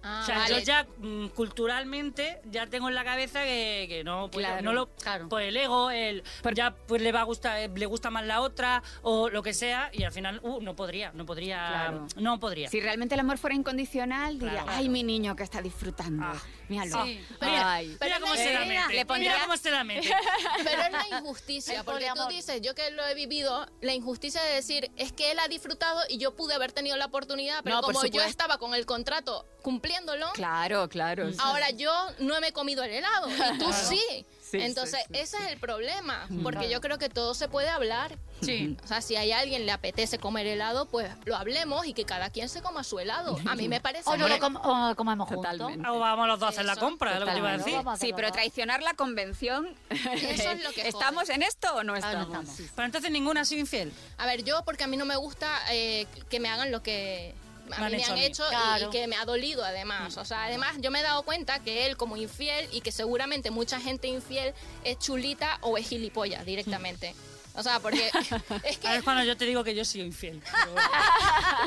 [SPEAKER 5] Ah,
[SPEAKER 3] o sea,
[SPEAKER 5] vale.
[SPEAKER 3] yo ya mm, culturalmente ya tengo en la cabeza que, que no, pues,
[SPEAKER 6] Claro,
[SPEAKER 3] no lo,
[SPEAKER 4] claro.
[SPEAKER 3] pues el ego, el ya pues le va a gustar, eh, le gusta más la otra o lo que sea y al final uh, no podría, no podría,
[SPEAKER 6] Claro.
[SPEAKER 3] no podría.
[SPEAKER 6] Si realmente el amor fuera incondicional, diría,
[SPEAKER 3] Claro.
[SPEAKER 6] ay, mi niño que está disfrutando.
[SPEAKER 3] Ah.
[SPEAKER 6] Míralo.
[SPEAKER 4] Sí.
[SPEAKER 5] Mira,
[SPEAKER 6] Ay.
[SPEAKER 5] pero
[SPEAKER 3] mira cómo
[SPEAKER 5] no
[SPEAKER 3] se la
[SPEAKER 5] es-
[SPEAKER 3] mete,
[SPEAKER 6] le pondría-
[SPEAKER 3] mira cómo se la
[SPEAKER 5] [LAUGHS]
[SPEAKER 3] mete.
[SPEAKER 5] Pero es la
[SPEAKER 4] El
[SPEAKER 6] [LAUGHS]
[SPEAKER 5] injusticia, porque tú
[SPEAKER 4] poliamor.
[SPEAKER 5] dices, yo que lo he vivido, la injusticia de decir, es que él ha disfrutado y yo pude haber tenido la oportunidad, pero
[SPEAKER 6] No, por
[SPEAKER 5] como yo
[SPEAKER 6] supuesto.
[SPEAKER 5] estaba con el contrato cumpliéndolo,
[SPEAKER 6] Claro, claro.
[SPEAKER 3] Mm.
[SPEAKER 6] sí.
[SPEAKER 5] ahora yo no me he comido el helado y tú sí.
[SPEAKER 6] Sí,
[SPEAKER 5] Entonces,
[SPEAKER 6] sí, Mm. sí,
[SPEAKER 5] ese es el problema, porque yo creo que todo se puede hablar.
[SPEAKER 3] Sí.
[SPEAKER 5] O sea, si hay alguien le apetece comer helado, pues lo hablemos y que cada quien se coma su helado. A mí me parece
[SPEAKER 4] O no lo
[SPEAKER 5] bien.
[SPEAKER 4] com- o comamos juntos.
[SPEAKER 6] Totalmente.
[SPEAKER 3] Ah, O vamos los dos a hacer la
[SPEAKER 5] Eso,
[SPEAKER 3] compra, es lo que te iba a
[SPEAKER 4] totalmente.
[SPEAKER 3] decir.
[SPEAKER 4] Vamos a
[SPEAKER 6] Sí,
[SPEAKER 4] hacerlo,
[SPEAKER 6] pero
[SPEAKER 4] ¿no?
[SPEAKER 6] traicionar la convención. eh,
[SPEAKER 5] Eso es lo que jode.
[SPEAKER 6] ¿Estamos en esto o no
[SPEAKER 4] Ah, no
[SPEAKER 6] estamos?
[SPEAKER 4] estamos.
[SPEAKER 3] Pero entonces ninguna ha sido infiel.
[SPEAKER 5] A ver, yo porque a mí no me gusta eh, que me hagan lo que a
[SPEAKER 3] Me
[SPEAKER 5] mí
[SPEAKER 3] han
[SPEAKER 5] me
[SPEAKER 3] hecho
[SPEAKER 5] han
[SPEAKER 3] a mí.
[SPEAKER 5] hecho y-
[SPEAKER 4] Claro.
[SPEAKER 5] y que me ha dolido además. O sea, además yo me he dado cuenta que él como infiel y que seguramente mucha gente infiel es chulita o es gilipollas directamente. O sea, porque [LAUGHS] es
[SPEAKER 3] A ver
[SPEAKER 5] que
[SPEAKER 3] cuando yo te digo que yo he sido infiel.
[SPEAKER 5] [LAUGHS]
[SPEAKER 3] pero
[SPEAKER 5] Ah,
[SPEAKER 3] bueno.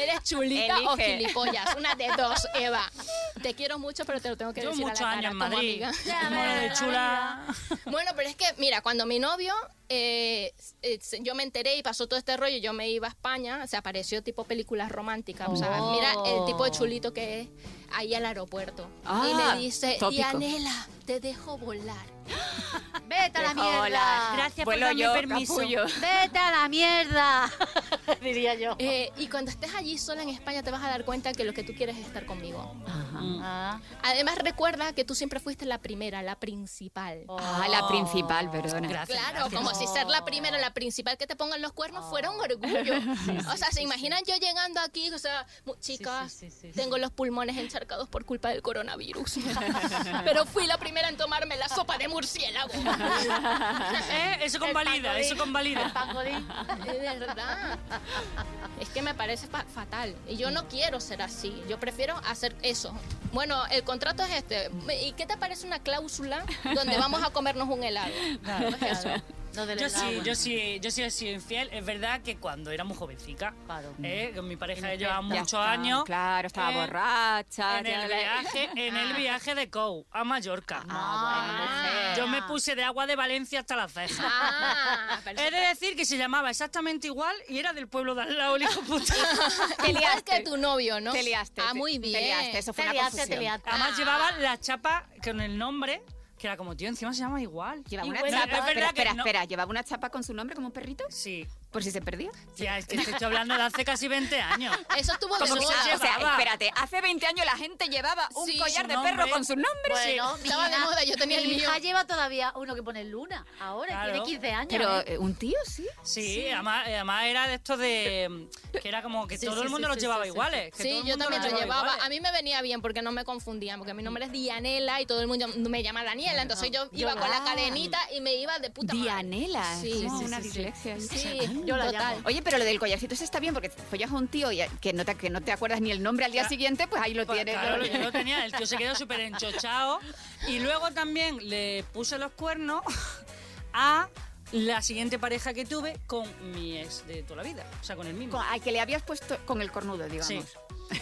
[SPEAKER 5] eres chulita o
[SPEAKER 6] Elige.
[SPEAKER 5] gilipollas. Una de dos, Eva. Te quiero mucho, pero te lo tengo que
[SPEAKER 3] Yo
[SPEAKER 5] decir a la
[SPEAKER 3] muchos
[SPEAKER 5] cara
[SPEAKER 3] años en
[SPEAKER 5] como
[SPEAKER 3] Madrid.
[SPEAKER 5] amiga.
[SPEAKER 4] Ya,
[SPEAKER 3] Mole de
[SPEAKER 4] la
[SPEAKER 3] chula.
[SPEAKER 5] Bueno, pero es que, mira, cuando mi novio, eh, eh, yo me enteré y pasó todo este rollo, yo me iba a España, se apareció tipo películas románticas, o sea,
[SPEAKER 4] Oh.
[SPEAKER 5] mira el tipo de chulito que es ahí al aeropuerto. y
[SPEAKER 6] Ah,
[SPEAKER 5] me dice,
[SPEAKER 6] tópico.
[SPEAKER 5] y Anela, te dejo volar.
[SPEAKER 4] Vete a la
[SPEAKER 6] Hola.
[SPEAKER 4] mierda.
[SPEAKER 3] Gracias por
[SPEAKER 6] Vuelo
[SPEAKER 3] darme
[SPEAKER 6] yo,
[SPEAKER 3] permiso.
[SPEAKER 6] capullo.
[SPEAKER 4] Vete a la mierda. Diría yo.
[SPEAKER 5] Eh, y cuando estés allí sola en España te vas a dar cuenta que lo que tú quieres es estar conmigo.
[SPEAKER 4] Ah,
[SPEAKER 5] Además, recuerda que tú siempre fuiste la primera, la principal.
[SPEAKER 6] Ah, la principal, perdona.
[SPEAKER 3] Gracias.
[SPEAKER 5] Claro, como si ser la primera, la principal que te pongan los cuernos fuera un orgullo. o sea, ¿se imaginan yo llegando aquí? O sea, mu- chicas,
[SPEAKER 4] sí, sí, sí,
[SPEAKER 5] tengo los pulmones encharcados por culpa del coronavirus. [LAUGHS] Pero fui la primera en tomarme la sopa de murciélago.
[SPEAKER 3] [LAUGHS] Eh, Eso convalida, eso convalida.
[SPEAKER 6] [LAUGHS]
[SPEAKER 4] pangolín.
[SPEAKER 5] De verdad. Es que me parece fa- fatal. Y yo no quiero ser así. Yo prefiero hacer eso. Bueno, el contrato es este. ¿Y qué te parece una cláusula donde vamos a comernos un helado? Pues eso.
[SPEAKER 4] No del
[SPEAKER 3] Yo
[SPEAKER 6] Ah,
[SPEAKER 3] sí,
[SPEAKER 4] helado, bueno.
[SPEAKER 3] yo sí, yo sí he sido infiel. Es verdad que cuando era muy jovencica,
[SPEAKER 4] Claro.
[SPEAKER 3] eh, con mi pareja
[SPEAKER 4] En
[SPEAKER 3] llevaba
[SPEAKER 4] efecto. Ya
[SPEAKER 3] muchos
[SPEAKER 6] Ah,
[SPEAKER 3] años.
[SPEAKER 6] Claro, estaba
[SPEAKER 3] eh,
[SPEAKER 6] borracha.
[SPEAKER 3] En
[SPEAKER 6] ya
[SPEAKER 3] el
[SPEAKER 6] la- Ah.
[SPEAKER 3] viaje, en el viaje de Cou a Mallorca.
[SPEAKER 4] Ah,
[SPEAKER 5] Ah.
[SPEAKER 3] Yo me puse de agua de Valencia hasta la
[SPEAKER 6] [LAUGHS]
[SPEAKER 3] ceja.
[SPEAKER 5] Ah, pero
[SPEAKER 3] He de decir que se llamaba exactamente igual y era del pueblo de al lado, el hijo
[SPEAKER 6] [LAUGHS]
[SPEAKER 3] puta.
[SPEAKER 5] Te liaste.
[SPEAKER 6] liaste.
[SPEAKER 5] que tu novio, ¿no?
[SPEAKER 6] Te liaste.
[SPEAKER 5] Ah,
[SPEAKER 6] te-
[SPEAKER 5] muy bien.
[SPEAKER 6] Te liaste, eso fue
[SPEAKER 4] te
[SPEAKER 6] una
[SPEAKER 4] liaste, te
[SPEAKER 6] confusión.
[SPEAKER 4] liaste.
[SPEAKER 3] Además llevaba la chapa con el nombre, que era como, tío, encima se llama igual.
[SPEAKER 6] Llevaba una
[SPEAKER 3] Igual.
[SPEAKER 6] chapa.
[SPEAKER 3] Es verdad
[SPEAKER 6] Pero,
[SPEAKER 3] que
[SPEAKER 6] espera,
[SPEAKER 3] no-
[SPEAKER 6] espera, ¿llevaba una chapa con su nombre como un perrito?
[SPEAKER 3] Sí.
[SPEAKER 6] Por si se perdía.
[SPEAKER 3] Tía, es que te estoy hablando de hace casi 20 años.
[SPEAKER 5] Eso estuvo de
[SPEAKER 3] Como que
[SPEAKER 5] moda.
[SPEAKER 3] se
[SPEAKER 6] o sea,
[SPEAKER 3] llevaba.
[SPEAKER 6] espérate, hace 20 años la gente llevaba un
[SPEAKER 5] Sí,
[SPEAKER 6] collar
[SPEAKER 3] su
[SPEAKER 6] de
[SPEAKER 3] nombre.
[SPEAKER 6] perro con su nombre.
[SPEAKER 4] Bueno, mi
[SPEAKER 5] Estaba de
[SPEAKER 4] hija-
[SPEAKER 5] moda, yo tenía el
[SPEAKER 4] Mi hija
[SPEAKER 5] mío.
[SPEAKER 4] lleva todavía uno que pone Luna. Ahora y
[SPEAKER 3] Claro.
[SPEAKER 4] tiene 15 años.
[SPEAKER 6] Pero
[SPEAKER 4] ¿eh?
[SPEAKER 6] eh, un tío sí.
[SPEAKER 3] Sí, Además, eh, además era de estos
[SPEAKER 5] [LAUGHS]
[SPEAKER 3] de. que era como que
[SPEAKER 4] Sí,
[SPEAKER 3] todo
[SPEAKER 4] sí,
[SPEAKER 3] el mundo
[SPEAKER 4] sí,
[SPEAKER 3] los
[SPEAKER 4] sí,
[SPEAKER 3] llevaba
[SPEAKER 4] sí, sí.
[SPEAKER 3] iguales. que todo
[SPEAKER 5] Sí,
[SPEAKER 3] el
[SPEAKER 5] yo
[SPEAKER 3] mundo
[SPEAKER 5] también
[SPEAKER 3] los
[SPEAKER 5] lo llevaba.
[SPEAKER 3] iguales.
[SPEAKER 5] A mí me venía bien porque no me confundían, porque mi nombre es Dianela y todo el mundo me llama Daniela. Entonces yo iba con la
[SPEAKER 6] Ah.
[SPEAKER 5] cadenita y me iba de puta madre.
[SPEAKER 6] Dianela.
[SPEAKER 5] Sí,
[SPEAKER 6] es como
[SPEAKER 5] sí,
[SPEAKER 6] una
[SPEAKER 4] sí, sí.
[SPEAKER 6] dislexia. ahí.
[SPEAKER 5] Sí,
[SPEAKER 4] Yo la
[SPEAKER 5] total.
[SPEAKER 4] llamo.
[SPEAKER 6] [LAUGHS] Oye, pero lo del collarcito eso está bien porque te follas a un tío y que no te, que no te acuerdas ni el nombre al día
[SPEAKER 3] Ya.
[SPEAKER 6] siguiente, pues ahí lo
[SPEAKER 3] Pues,
[SPEAKER 6] tienes.
[SPEAKER 3] claro,
[SPEAKER 6] ¿no?
[SPEAKER 3] yo lo tenía, el tío se quedó súper enchochado. Y luego también le puse los cuernos a la siguiente pareja que tuve con mi ex de toda la vida. O sea, con el mismo.
[SPEAKER 6] Con- al que le habías puesto con el cornudo, digamos.
[SPEAKER 3] Sí.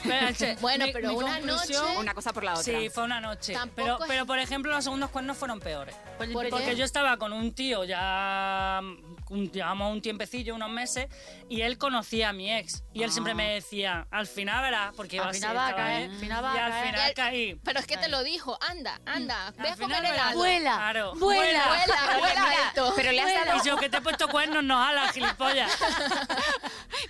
[SPEAKER 3] Pero, che,
[SPEAKER 5] [LAUGHS] Bueno, pero una
[SPEAKER 3] conclusión-
[SPEAKER 5] noche-
[SPEAKER 6] Una cosa por la otra.
[SPEAKER 3] [LAUGHS] Sí, fue una noche.
[SPEAKER 5] Tampoco
[SPEAKER 3] Pero,
[SPEAKER 5] es-
[SPEAKER 3] pero, por ejemplo, los segundos cuernos fueron peores.
[SPEAKER 5] ¿Por
[SPEAKER 3] Porque
[SPEAKER 5] qué?
[SPEAKER 3] yo estaba con un tío ya, mm, un, llevamos un tiempecillo, unos meses, y él conocía a mi ex. Y él siempre me decía, al final verás, porque iba
[SPEAKER 4] Al
[SPEAKER 3] a
[SPEAKER 4] final va a caer, al final va
[SPEAKER 3] Y
[SPEAKER 4] a
[SPEAKER 3] al
[SPEAKER 4] caer.
[SPEAKER 5] Y
[SPEAKER 3] final
[SPEAKER 5] al-
[SPEAKER 3] caí.
[SPEAKER 5] Pero es que te lo dijo, anda, anda, ve a
[SPEAKER 3] Mm. Al final
[SPEAKER 5] comer
[SPEAKER 3] verás.
[SPEAKER 5] helado.
[SPEAKER 4] Vuela,
[SPEAKER 3] Claro.
[SPEAKER 4] vuela.
[SPEAKER 5] Vuela,
[SPEAKER 3] [LAUGHS]
[SPEAKER 6] Pero,
[SPEAKER 5] vuela
[SPEAKER 6] le- mira,
[SPEAKER 5] alto.
[SPEAKER 6] pero le has dado-
[SPEAKER 3] Y yo que te he puesto cuernos, no jala, gilipollas.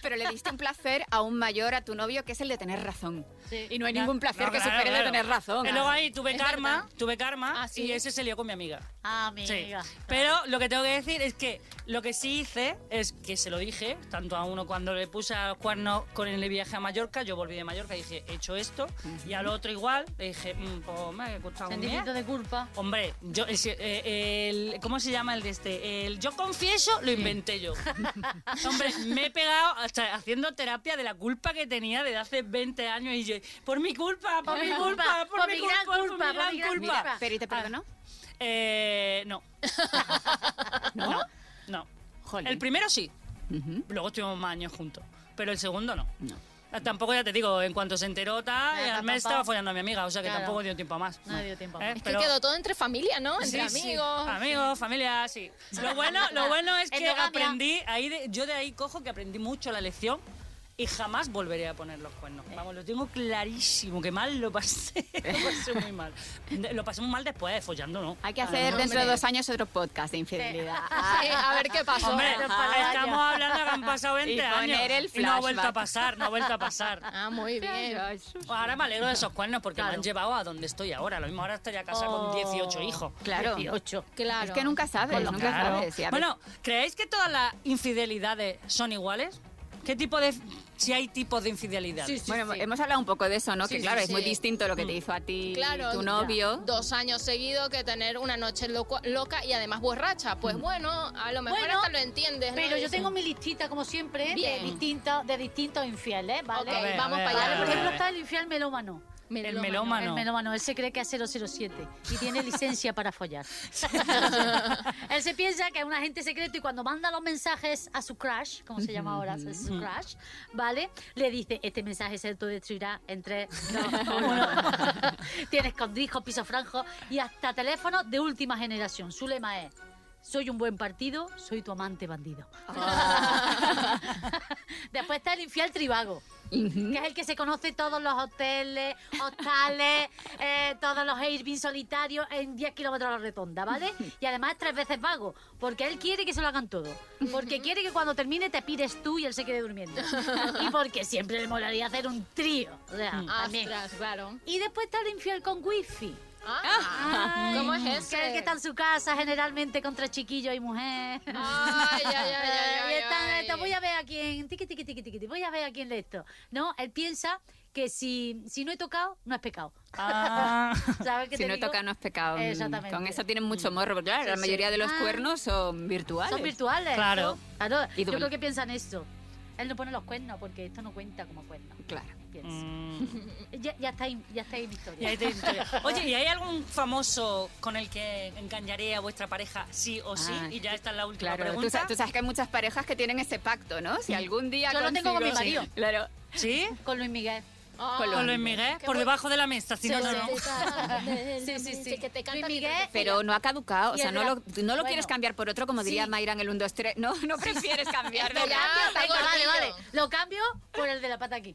[SPEAKER 6] pero le diste un placer aún mayor a tu novio que es el de tener razón.
[SPEAKER 4] Sí.
[SPEAKER 6] Y no hay ningún placer
[SPEAKER 3] No,
[SPEAKER 6] que
[SPEAKER 3] claro,
[SPEAKER 6] supere el de
[SPEAKER 3] claro.
[SPEAKER 6] tener razón.
[SPEAKER 3] Y luego ahí tuve
[SPEAKER 5] Es
[SPEAKER 3] karma,
[SPEAKER 5] verdad.
[SPEAKER 3] tuve karma,
[SPEAKER 5] Ah, ¿sí?
[SPEAKER 3] y ese se lió con mi amiga.
[SPEAKER 4] Ah,
[SPEAKER 3] Sí.
[SPEAKER 4] amiga.
[SPEAKER 3] Pero lo que tengo que decir es que lo que sí hice es que se lo dije, tanto a uno cuando le puse al cuerno con el viaje a Mallorca, yo volví de Mallorca y dije, he hecho esto, y al otro igual, le dije, mm, pues me ha costado un
[SPEAKER 4] Sentimiento
[SPEAKER 3] mes.
[SPEAKER 4] de culpa.
[SPEAKER 3] Hombre, yo, ese, eh, el- ¿cómo se llama el de este? El, yo confieso, lo inventé [LAUGHS] yo. Hombre, me he pegado hasta haciendo terapia de la culpa que tenía desde hace 20 años y yo, por mi culpa, por [LAUGHS] mi culpa, por, mi
[SPEAKER 4] gran
[SPEAKER 3] culpa,
[SPEAKER 4] culpa,
[SPEAKER 3] por mi gran culpa.
[SPEAKER 6] Pero ¿y te perdonó?
[SPEAKER 3] Eh, no. ¿No? No.
[SPEAKER 6] Jolín.
[SPEAKER 3] El primero sí.
[SPEAKER 6] Ujú.
[SPEAKER 3] Luego estuvimos más años juntos. Pero el segundo no. Ah,
[SPEAKER 6] No.
[SPEAKER 3] Tampoco ya te digo, en cuanto se enteró, tal,
[SPEAKER 1] Ya,
[SPEAKER 3] al
[SPEAKER 1] pa, pa,
[SPEAKER 3] mes
[SPEAKER 1] pa.
[SPEAKER 3] estaba follando a mi amiga, o sea que
[SPEAKER 1] Claro.
[SPEAKER 3] tampoco dio tiempo a más.
[SPEAKER 1] No le dio tiempo a
[SPEAKER 3] ¿Eh?
[SPEAKER 1] más.
[SPEAKER 5] Es
[SPEAKER 3] Pero-
[SPEAKER 5] que quedó todo entre familia, ¿no?
[SPEAKER 3] Sí,
[SPEAKER 5] Entre
[SPEAKER 3] sí.
[SPEAKER 5] amigos.
[SPEAKER 3] Amigos, familia, sí. Lo bueno, lo bueno es que
[SPEAKER 1] Endogamia.
[SPEAKER 3] aprendí, ahí de- yo de ahí cojo que aprendí mucho la lección y jamás volveré a poner los cuernos. Vamos, lo tengo clarísimo, que mal lo pasé, [LAUGHS] lo pasé muy mal. De- Lo pasé muy mal después, follando, ¿no?
[SPEAKER 6] Hay que hacer dentro de dos años otro podcast de infidelidad.
[SPEAKER 5] Sí, a ver qué pasó.
[SPEAKER 3] Ah. Hombre,
[SPEAKER 1] para
[SPEAKER 3] estamos hablando que han pasado 20
[SPEAKER 6] Y poner
[SPEAKER 3] años
[SPEAKER 6] el
[SPEAKER 3] y no ha vuelto a
[SPEAKER 6] flashback.
[SPEAKER 3] pasar, no ha vuelto a pasar.
[SPEAKER 6] [LAUGHS]
[SPEAKER 5] Ah, muy bien.
[SPEAKER 3] Pues Ahora me alegro de esos cuernos porque me han llevado a donde estoy ahora. Lo mismo ahora estaría casada
[SPEAKER 4] Oh.
[SPEAKER 6] Oh.
[SPEAKER 3] con 18 hijos.
[SPEAKER 6] Claro.
[SPEAKER 1] 18.
[SPEAKER 5] Claro.
[SPEAKER 6] Es que nunca sabes,
[SPEAKER 3] Pues
[SPEAKER 6] nunca
[SPEAKER 3] claro.
[SPEAKER 6] sabes. y a
[SPEAKER 3] Bueno, ¿creéis que todas las infidelidades son iguales? ¿Qué tipo de... si hay tipos de infidelidad?
[SPEAKER 1] Sí, sí,
[SPEAKER 6] Bueno,
[SPEAKER 1] sí.
[SPEAKER 6] hemos hablado un poco de eso, ¿no?
[SPEAKER 1] Sí,
[SPEAKER 6] que
[SPEAKER 1] sí,
[SPEAKER 6] claro, es
[SPEAKER 5] sí.
[SPEAKER 6] muy distinto lo que te hizo a ti
[SPEAKER 5] Claro,
[SPEAKER 6] tu
[SPEAKER 5] ya.
[SPEAKER 6] novio.
[SPEAKER 5] Dos años seguidos que tener una noche loco- loca y además borracha. Pues bueno, a lo mejor
[SPEAKER 4] Mm. Bueno,
[SPEAKER 5] hasta lo entiendes. ¿no?
[SPEAKER 4] Pero yo
[SPEAKER 5] Dices,
[SPEAKER 4] tengo mi listita, como siempre, de
[SPEAKER 5] Bien.
[SPEAKER 4] distintos, de distintos infieles, ¿vale?
[SPEAKER 5] Ok,
[SPEAKER 3] A ver, a
[SPEAKER 5] vamos
[SPEAKER 3] ver, a
[SPEAKER 4] Vale,
[SPEAKER 5] para allá.
[SPEAKER 3] ver,
[SPEAKER 4] por ejemplo,
[SPEAKER 3] a ver.
[SPEAKER 4] está el infiel melómano.
[SPEAKER 3] El
[SPEAKER 5] melómano.
[SPEAKER 3] melómano.
[SPEAKER 4] El melómano, él se cree que es 007 y tiene licencia para follar. él se piensa que es un agente secreto y cuando manda los mensajes a su crush, como se llama ahora, es su crush, ¿vale? Le dice, este mensaje se autodestruirá en tres, dos, uno". [LAUGHS] Tiene escondrijos, piso franjo y hasta teléfonos de última generación. Su lema es... Soy un buen partido, soy tu amante bandido. [LAUGHS] Después está el infiel tribago que es el que se conoce todos los hoteles, hostales, [LAUGHS] eh, todos los Airbnb solitarios en 10 kilómetros a la retonda,
[SPEAKER 5] [LAUGHS]
[SPEAKER 4] ¿vale? Y además es tres veces vago, porque él quiere que se lo hagan todo. Porque quiere que cuando termine te pires tú y él se quede
[SPEAKER 5] [LAUGHS]
[SPEAKER 4] durmiendo. Y porque siempre le molaría hacer un trío. O sea,
[SPEAKER 5] Mm.
[SPEAKER 4] también.
[SPEAKER 5] Astras, claro.
[SPEAKER 4] Y después está el infiel con wifi.
[SPEAKER 5] Ah,
[SPEAKER 4] Ay,
[SPEAKER 5] [LAUGHS] ¿Cómo es
[SPEAKER 4] Que es el
[SPEAKER 5] ese?
[SPEAKER 4] que está en su casa generalmente contra chiquillo y mujer.
[SPEAKER 5] Ay,
[SPEAKER 4] [LAUGHS]
[SPEAKER 5] ay, ay, ay, ay,
[SPEAKER 4] Y están,
[SPEAKER 5] ay.
[SPEAKER 4] esto, voy a ver a quién, tiqui, tiqui, tiqui, tiqui, voy a ver a quién de esto. No, él piensa que si, si no he tocado, no es pecado.
[SPEAKER 3] Ah.
[SPEAKER 6] [LAUGHS]
[SPEAKER 4] ¿Sabes qué
[SPEAKER 6] Si
[SPEAKER 4] te
[SPEAKER 6] no
[SPEAKER 4] digo?
[SPEAKER 6] toca, no es pecado. Mm,
[SPEAKER 4] Exactamente.
[SPEAKER 6] Con eso tienen mucho morro. porque, Claro, la
[SPEAKER 4] Sí,
[SPEAKER 6] mayoría
[SPEAKER 4] sí.
[SPEAKER 6] de los
[SPEAKER 4] Ah.
[SPEAKER 6] cuernos son virtuales.
[SPEAKER 4] Son virtuales.
[SPEAKER 3] Claro.
[SPEAKER 4] ¿no? Claro,
[SPEAKER 6] Y
[SPEAKER 4] yo
[SPEAKER 6] doble.
[SPEAKER 4] creo que piensan esto. Él no pone los cuernos porque esto no cuenta como cuernos.
[SPEAKER 6] Claro.
[SPEAKER 4] Piensa. Eh,
[SPEAKER 3] Mm.
[SPEAKER 4] Ya, ya está ahí, ya está ahí mi
[SPEAKER 3] Y
[SPEAKER 4] historia.
[SPEAKER 3] ahí te- te- Oye, ¿y hay algún famoso con el que engañaré a vuestra pareja sí o sí?
[SPEAKER 6] Ah,
[SPEAKER 3] y ya está la última
[SPEAKER 6] Claro, tú,
[SPEAKER 3] pregunta.
[SPEAKER 6] sa- tú sabes que hay muchas parejas que tienen ese pacto, ¿no? Si algún día.
[SPEAKER 4] Yo lo tengo con mi
[SPEAKER 6] consigo-
[SPEAKER 4] marido.
[SPEAKER 6] Claro.
[SPEAKER 3] ¿Sí?
[SPEAKER 4] Con Luis Miguel.
[SPEAKER 5] Ah,
[SPEAKER 6] Con
[SPEAKER 3] Con Luis Miguel, por debajo de la mesa, si no, no, Ah, no.
[SPEAKER 4] [LAUGHS] Sí, sí, sí.
[SPEAKER 5] Que te
[SPEAKER 4] Luis
[SPEAKER 5] canta
[SPEAKER 4] Miguel
[SPEAKER 6] Pero no ha caducado, o
[SPEAKER 4] Y
[SPEAKER 6] sea,
[SPEAKER 4] el
[SPEAKER 6] no
[SPEAKER 4] de la-
[SPEAKER 6] lo, no lo
[SPEAKER 4] Bueno.
[SPEAKER 6] quieres cambiar por otro, como diría
[SPEAKER 4] Sí.
[SPEAKER 6] Mayra en el 1, 2, 3. No, no prefieres cambiarlo.
[SPEAKER 5] Es verdad. Ah,
[SPEAKER 4] Venga,
[SPEAKER 5] está
[SPEAKER 4] vale, vale.
[SPEAKER 5] gordillo.
[SPEAKER 4] Lo cambio por el de la pata aquí.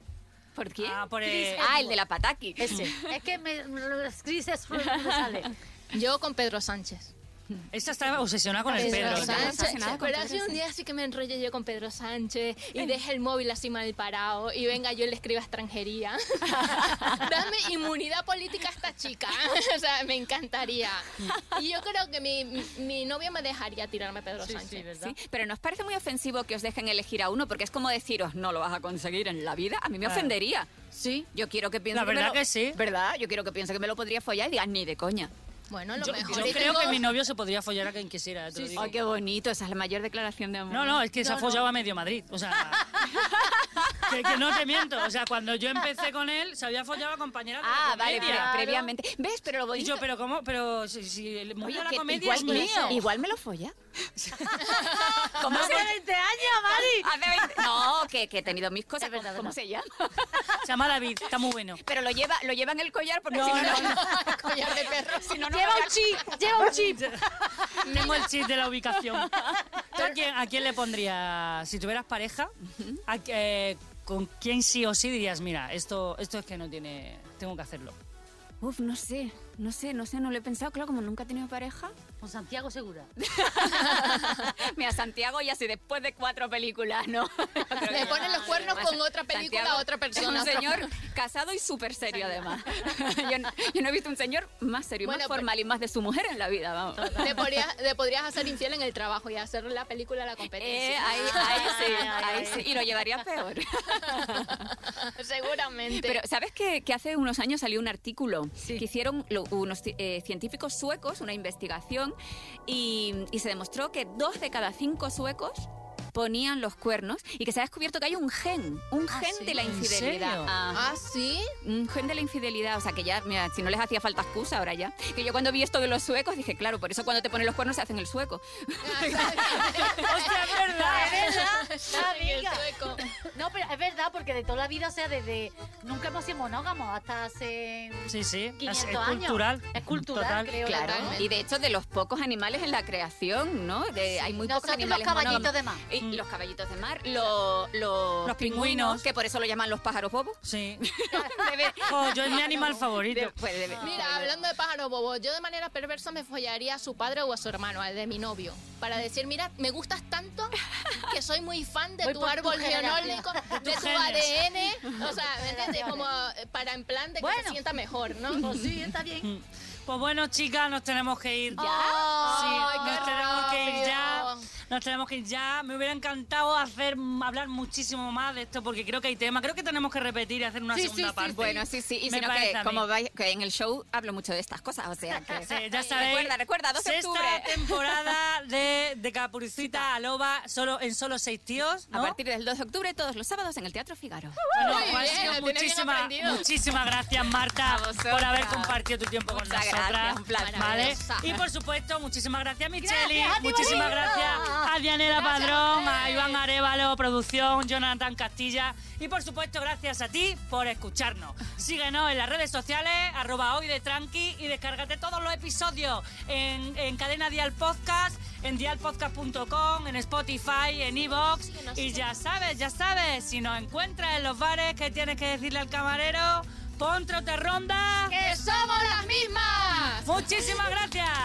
[SPEAKER 6] ¿Por qué?
[SPEAKER 3] Ah, por el-
[SPEAKER 6] Ah, el de la pataki.
[SPEAKER 4] Ese. es que me, las crisis no me sale.
[SPEAKER 5] Yo con Pedro Sánchez.
[SPEAKER 3] Esa está obsesionada con el
[SPEAKER 6] Pedro
[SPEAKER 3] Pedro.
[SPEAKER 6] Sánchez.
[SPEAKER 3] ¿no?
[SPEAKER 6] obsesionada con
[SPEAKER 5] Pero
[SPEAKER 6] Pedro
[SPEAKER 5] hace un día sí que me enrollé yo con Pedro Sánchez y deja el móvil así mal parado y venga yo le escribo a
[SPEAKER 6] [LAUGHS]
[SPEAKER 5] extranjería. Dame inmunidad política a esta chica. [LAUGHS] o sea, me encantaría. Y yo creo que mi, mi, mi novio me dejaría tirarme a Pedro Sánchez.
[SPEAKER 6] Sí, pero nos parece muy ofensivo que os dejen elegir a uno, porque es como deciros, no lo vas a conseguir en la vida. A mí me
[SPEAKER 3] Claro.
[SPEAKER 6] ofendería.
[SPEAKER 4] Sí.
[SPEAKER 6] Yo quiero que piense
[SPEAKER 3] La verdad
[SPEAKER 6] me lo-
[SPEAKER 3] que sí.
[SPEAKER 6] ¿Verdad? Yo quiero que piense que me lo podría follar y digas ni de coña.
[SPEAKER 5] Bueno, lo
[SPEAKER 3] Yo,
[SPEAKER 5] mejor.
[SPEAKER 3] yo
[SPEAKER 5] Y
[SPEAKER 3] creo
[SPEAKER 5] tengo-
[SPEAKER 3] que mi novio se podría follar a quien quisiera. te lo digo.
[SPEAKER 6] Ay, qué bonito, esa es la mayor declaración de amor.
[SPEAKER 3] No, no, es que se ha follado a medio Madrid. O
[SPEAKER 6] [LAUGHS]
[SPEAKER 3] sea, que, que no te miento. O sea, cuando yo empecé con él, se había follado a compañeras de la
[SPEAKER 6] Ah, vale,
[SPEAKER 3] comedia.
[SPEAKER 6] pre- previamente. ¿Ves? Pero lo
[SPEAKER 3] Y
[SPEAKER 6] bonito.
[SPEAKER 3] yo, pero ¿cómo? Pero si, si el mundo
[SPEAKER 6] Oye,
[SPEAKER 3] de la
[SPEAKER 6] que
[SPEAKER 3] comedia
[SPEAKER 6] igual,
[SPEAKER 3] es mío.
[SPEAKER 6] igual me lo folla. [LAUGHS] ¿Cómo
[SPEAKER 4] ¡Hace
[SPEAKER 6] se
[SPEAKER 4] 20 años, Mari!
[SPEAKER 6] Hace 20 No, que, que he tenido mis cosas.
[SPEAKER 4] Es verdad,
[SPEAKER 6] ¿Cómo
[SPEAKER 4] verdad.
[SPEAKER 6] se llama?
[SPEAKER 3] Se llama David, está muy bueno.
[SPEAKER 6] Pero lo lleva, lo lleva en el collar porque
[SPEAKER 3] No,
[SPEAKER 6] si no,
[SPEAKER 3] no,
[SPEAKER 6] [LAUGHS] collar de perro. Si no, no
[SPEAKER 4] Lleva
[SPEAKER 6] me
[SPEAKER 4] un chip, lleva un chip.
[SPEAKER 3] [LAUGHS] Tengo el chip de la ubicación. ¿Tú a, quién, a quién le pondría, si tuvieras pareja, a- eh, con quién sí o sí dirías, mira, esto, esto es que no tiene, tengo que hacerlo?
[SPEAKER 6] Uf, no sé, no sé, no sé, no lo he pensado. Claro, como nunca he tenido pareja.
[SPEAKER 4] Con Santiago Segura.
[SPEAKER 6] [LAUGHS] Mira, Santiago ya sí, después de cuatro películas, ¿no?
[SPEAKER 5] [LAUGHS] Le ponen los cuernos con otra película
[SPEAKER 6] Santiago
[SPEAKER 5] a otra persona.
[SPEAKER 6] Es un señor casado y súper serio, además. [LAUGHS] Yo, no- yo no he visto un señor más serio,
[SPEAKER 5] Bueno, pues
[SPEAKER 6] más
[SPEAKER 5] pero-
[SPEAKER 6] formal y más de su mujer en la vida, vamos.
[SPEAKER 5] Le podrías, le podrías hacer infiel en el trabajo y hacer la película a la competencia.
[SPEAKER 6] Eh, ahí, ahí sí, ahí sí. Y lo llevaría peor.
[SPEAKER 5] Seguramente.
[SPEAKER 6] Pero, ¿sabes que, que hace unos años salió un artículo
[SPEAKER 4] Sí.
[SPEAKER 6] que hicieron lo- unos ci- eh, científicos suecos, una investigación, y, y se demostró que dos de cada cinco suecos ponían los cuernos y que se ha descubierto que hay un gen, un
[SPEAKER 4] Ah,
[SPEAKER 6] gen
[SPEAKER 4] sí.
[SPEAKER 6] de la
[SPEAKER 3] ¿En
[SPEAKER 6] infidelidad.
[SPEAKER 3] serio?
[SPEAKER 6] Ajá.
[SPEAKER 5] Ah,
[SPEAKER 6] [LAUGHS]
[SPEAKER 5] sí.
[SPEAKER 6] Un gen de la infidelidad, o sea que ya, mira, si no les hacía falta excusa ahora ya. Que yo cuando vi esto de los suecos dije, claro, por eso cuando te ponen los cuernos se hacen el sueco.
[SPEAKER 5] Ah,
[SPEAKER 4] Hostia, es verdad, ¿eh? es verdad,
[SPEAKER 5] En el
[SPEAKER 4] amiga.
[SPEAKER 5] sueco.
[SPEAKER 4] No, pero es verdad, porque de toda la vida, o sea, desde. Nunca hemos sido monógamos hasta hace.
[SPEAKER 3] Sí, sí. Es,
[SPEAKER 4] 500
[SPEAKER 3] es
[SPEAKER 4] años.
[SPEAKER 3] cultural.
[SPEAKER 4] Es cultural,
[SPEAKER 3] total.
[SPEAKER 4] creo.
[SPEAKER 6] Claro,
[SPEAKER 4] ¿no?
[SPEAKER 6] y de hecho de los pocos animales en la creación, ¿no? De- Eh, hay muy pocos
[SPEAKER 4] Nosotros
[SPEAKER 6] animales
[SPEAKER 4] los caballitos
[SPEAKER 6] monógamos.
[SPEAKER 4] de mar.
[SPEAKER 6] Y los caballitos de mar, lo- los,
[SPEAKER 3] Mm. Los pingüinos.
[SPEAKER 6] que por eso lo llaman los
[SPEAKER 3] [LAUGHS]
[SPEAKER 6] pájaros bobos.
[SPEAKER 3] Sí. Oh, yo es mi
[SPEAKER 4] [LAUGHS]
[SPEAKER 3] animal favorito.
[SPEAKER 6] Pues, de-
[SPEAKER 5] Mira, hablando de pájaro bobo, yo de manera perversa me follaría a su padre o a su hermano, al de mi novio, para decir, mira, me gustas tanto que soy muy fan de
[SPEAKER 4] Voy
[SPEAKER 5] tu
[SPEAKER 4] por tu
[SPEAKER 5] árbol
[SPEAKER 4] generación.
[SPEAKER 5] genealógico, de tu ADN, o sea, ¿me entiendes? Como eh, para en plan de que
[SPEAKER 4] Bueno.
[SPEAKER 5] se sienta mejor, ¿no?
[SPEAKER 4] Pues sí, está bien.
[SPEAKER 3] Pues bueno, chicas, nos tenemos que ir. Sí,
[SPEAKER 5] Ay, qué
[SPEAKER 3] nos tenemos que ir ya.
[SPEAKER 5] rápido.
[SPEAKER 3] Nos tenemos que ir ya. Me hubiera encantado hacer hablar muchísimo más de esto porque creo que hay tema. Creo que tenemos que repetir y hacer una
[SPEAKER 4] Sí,
[SPEAKER 3] segunda
[SPEAKER 4] sí, sí,
[SPEAKER 3] parte.
[SPEAKER 6] Bueno, sí, sí. Y
[SPEAKER 3] Me
[SPEAKER 6] sino
[SPEAKER 3] parece
[SPEAKER 6] que,
[SPEAKER 3] a mí.
[SPEAKER 6] como vais, que en el show hablo mucho de estas cosas, o sea que...
[SPEAKER 3] [LAUGHS] Sí, ya
[SPEAKER 6] Sí,
[SPEAKER 3] sabéis.
[SPEAKER 6] Recuerda, recuerda, 12 de
[SPEAKER 3] sexta
[SPEAKER 6] octubre.
[SPEAKER 3] temporada de,
[SPEAKER 6] [LAUGHS]
[SPEAKER 3] de Capurucita a Loba solo, en solo seis tíos. ¿no?
[SPEAKER 6] A partir del 2 de octubre, todos los sábados en el Teatro Figaro.
[SPEAKER 3] Bueno,
[SPEAKER 5] Muy
[SPEAKER 3] Juan,
[SPEAKER 5] bien,
[SPEAKER 3] sí,
[SPEAKER 5] la tiene bien
[SPEAKER 3] muchísimas,
[SPEAKER 5] aprendido.
[SPEAKER 3] muchísimas gracias, Marta,
[SPEAKER 6] A vosotras.
[SPEAKER 3] por haber compartido tu tiempo con
[SPEAKER 6] Muchas
[SPEAKER 3] nosotras.
[SPEAKER 6] gracias, un placer.
[SPEAKER 3] ¿vale?
[SPEAKER 5] Maravillosa.
[SPEAKER 3] Y por supuesto, muchísimas gracias, Micheli.
[SPEAKER 4] Gracias, a ti,
[SPEAKER 3] muchísimas
[SPEAKER 4] bonita.
[SPEAKER 3] gracias a Dianela
[SPEAKER 5] Gracias a
[SPEAKER 3] Padrón, a,
[SPEAKER 5] ustedes.
[SPEAKER 3] Iván Arevalo, producción, Jonathan Castilla. Y por supuesto, gracias a ti por escucharnos. Síguenos en las redes sociales, arroba hoy de Tranqui y descárgate todos los episodios en, en Cadena Dial Podcast, en dialpodcast.com, en Spotify, en Evox.
[SPEAKER 5] Síguenos,
[SPEAKER 3] Y
[SPEAKER 5] síguenos.
[SPEAKER 3] ya sabes, ya sabes, si nos encuentras en los bares, ¿qué tienes que decirle al camarero? Pontrote ronda.
[SPEAKER 5] ¡Que somos las mismas!
[SPEAKER 3] Muchísimas gracias.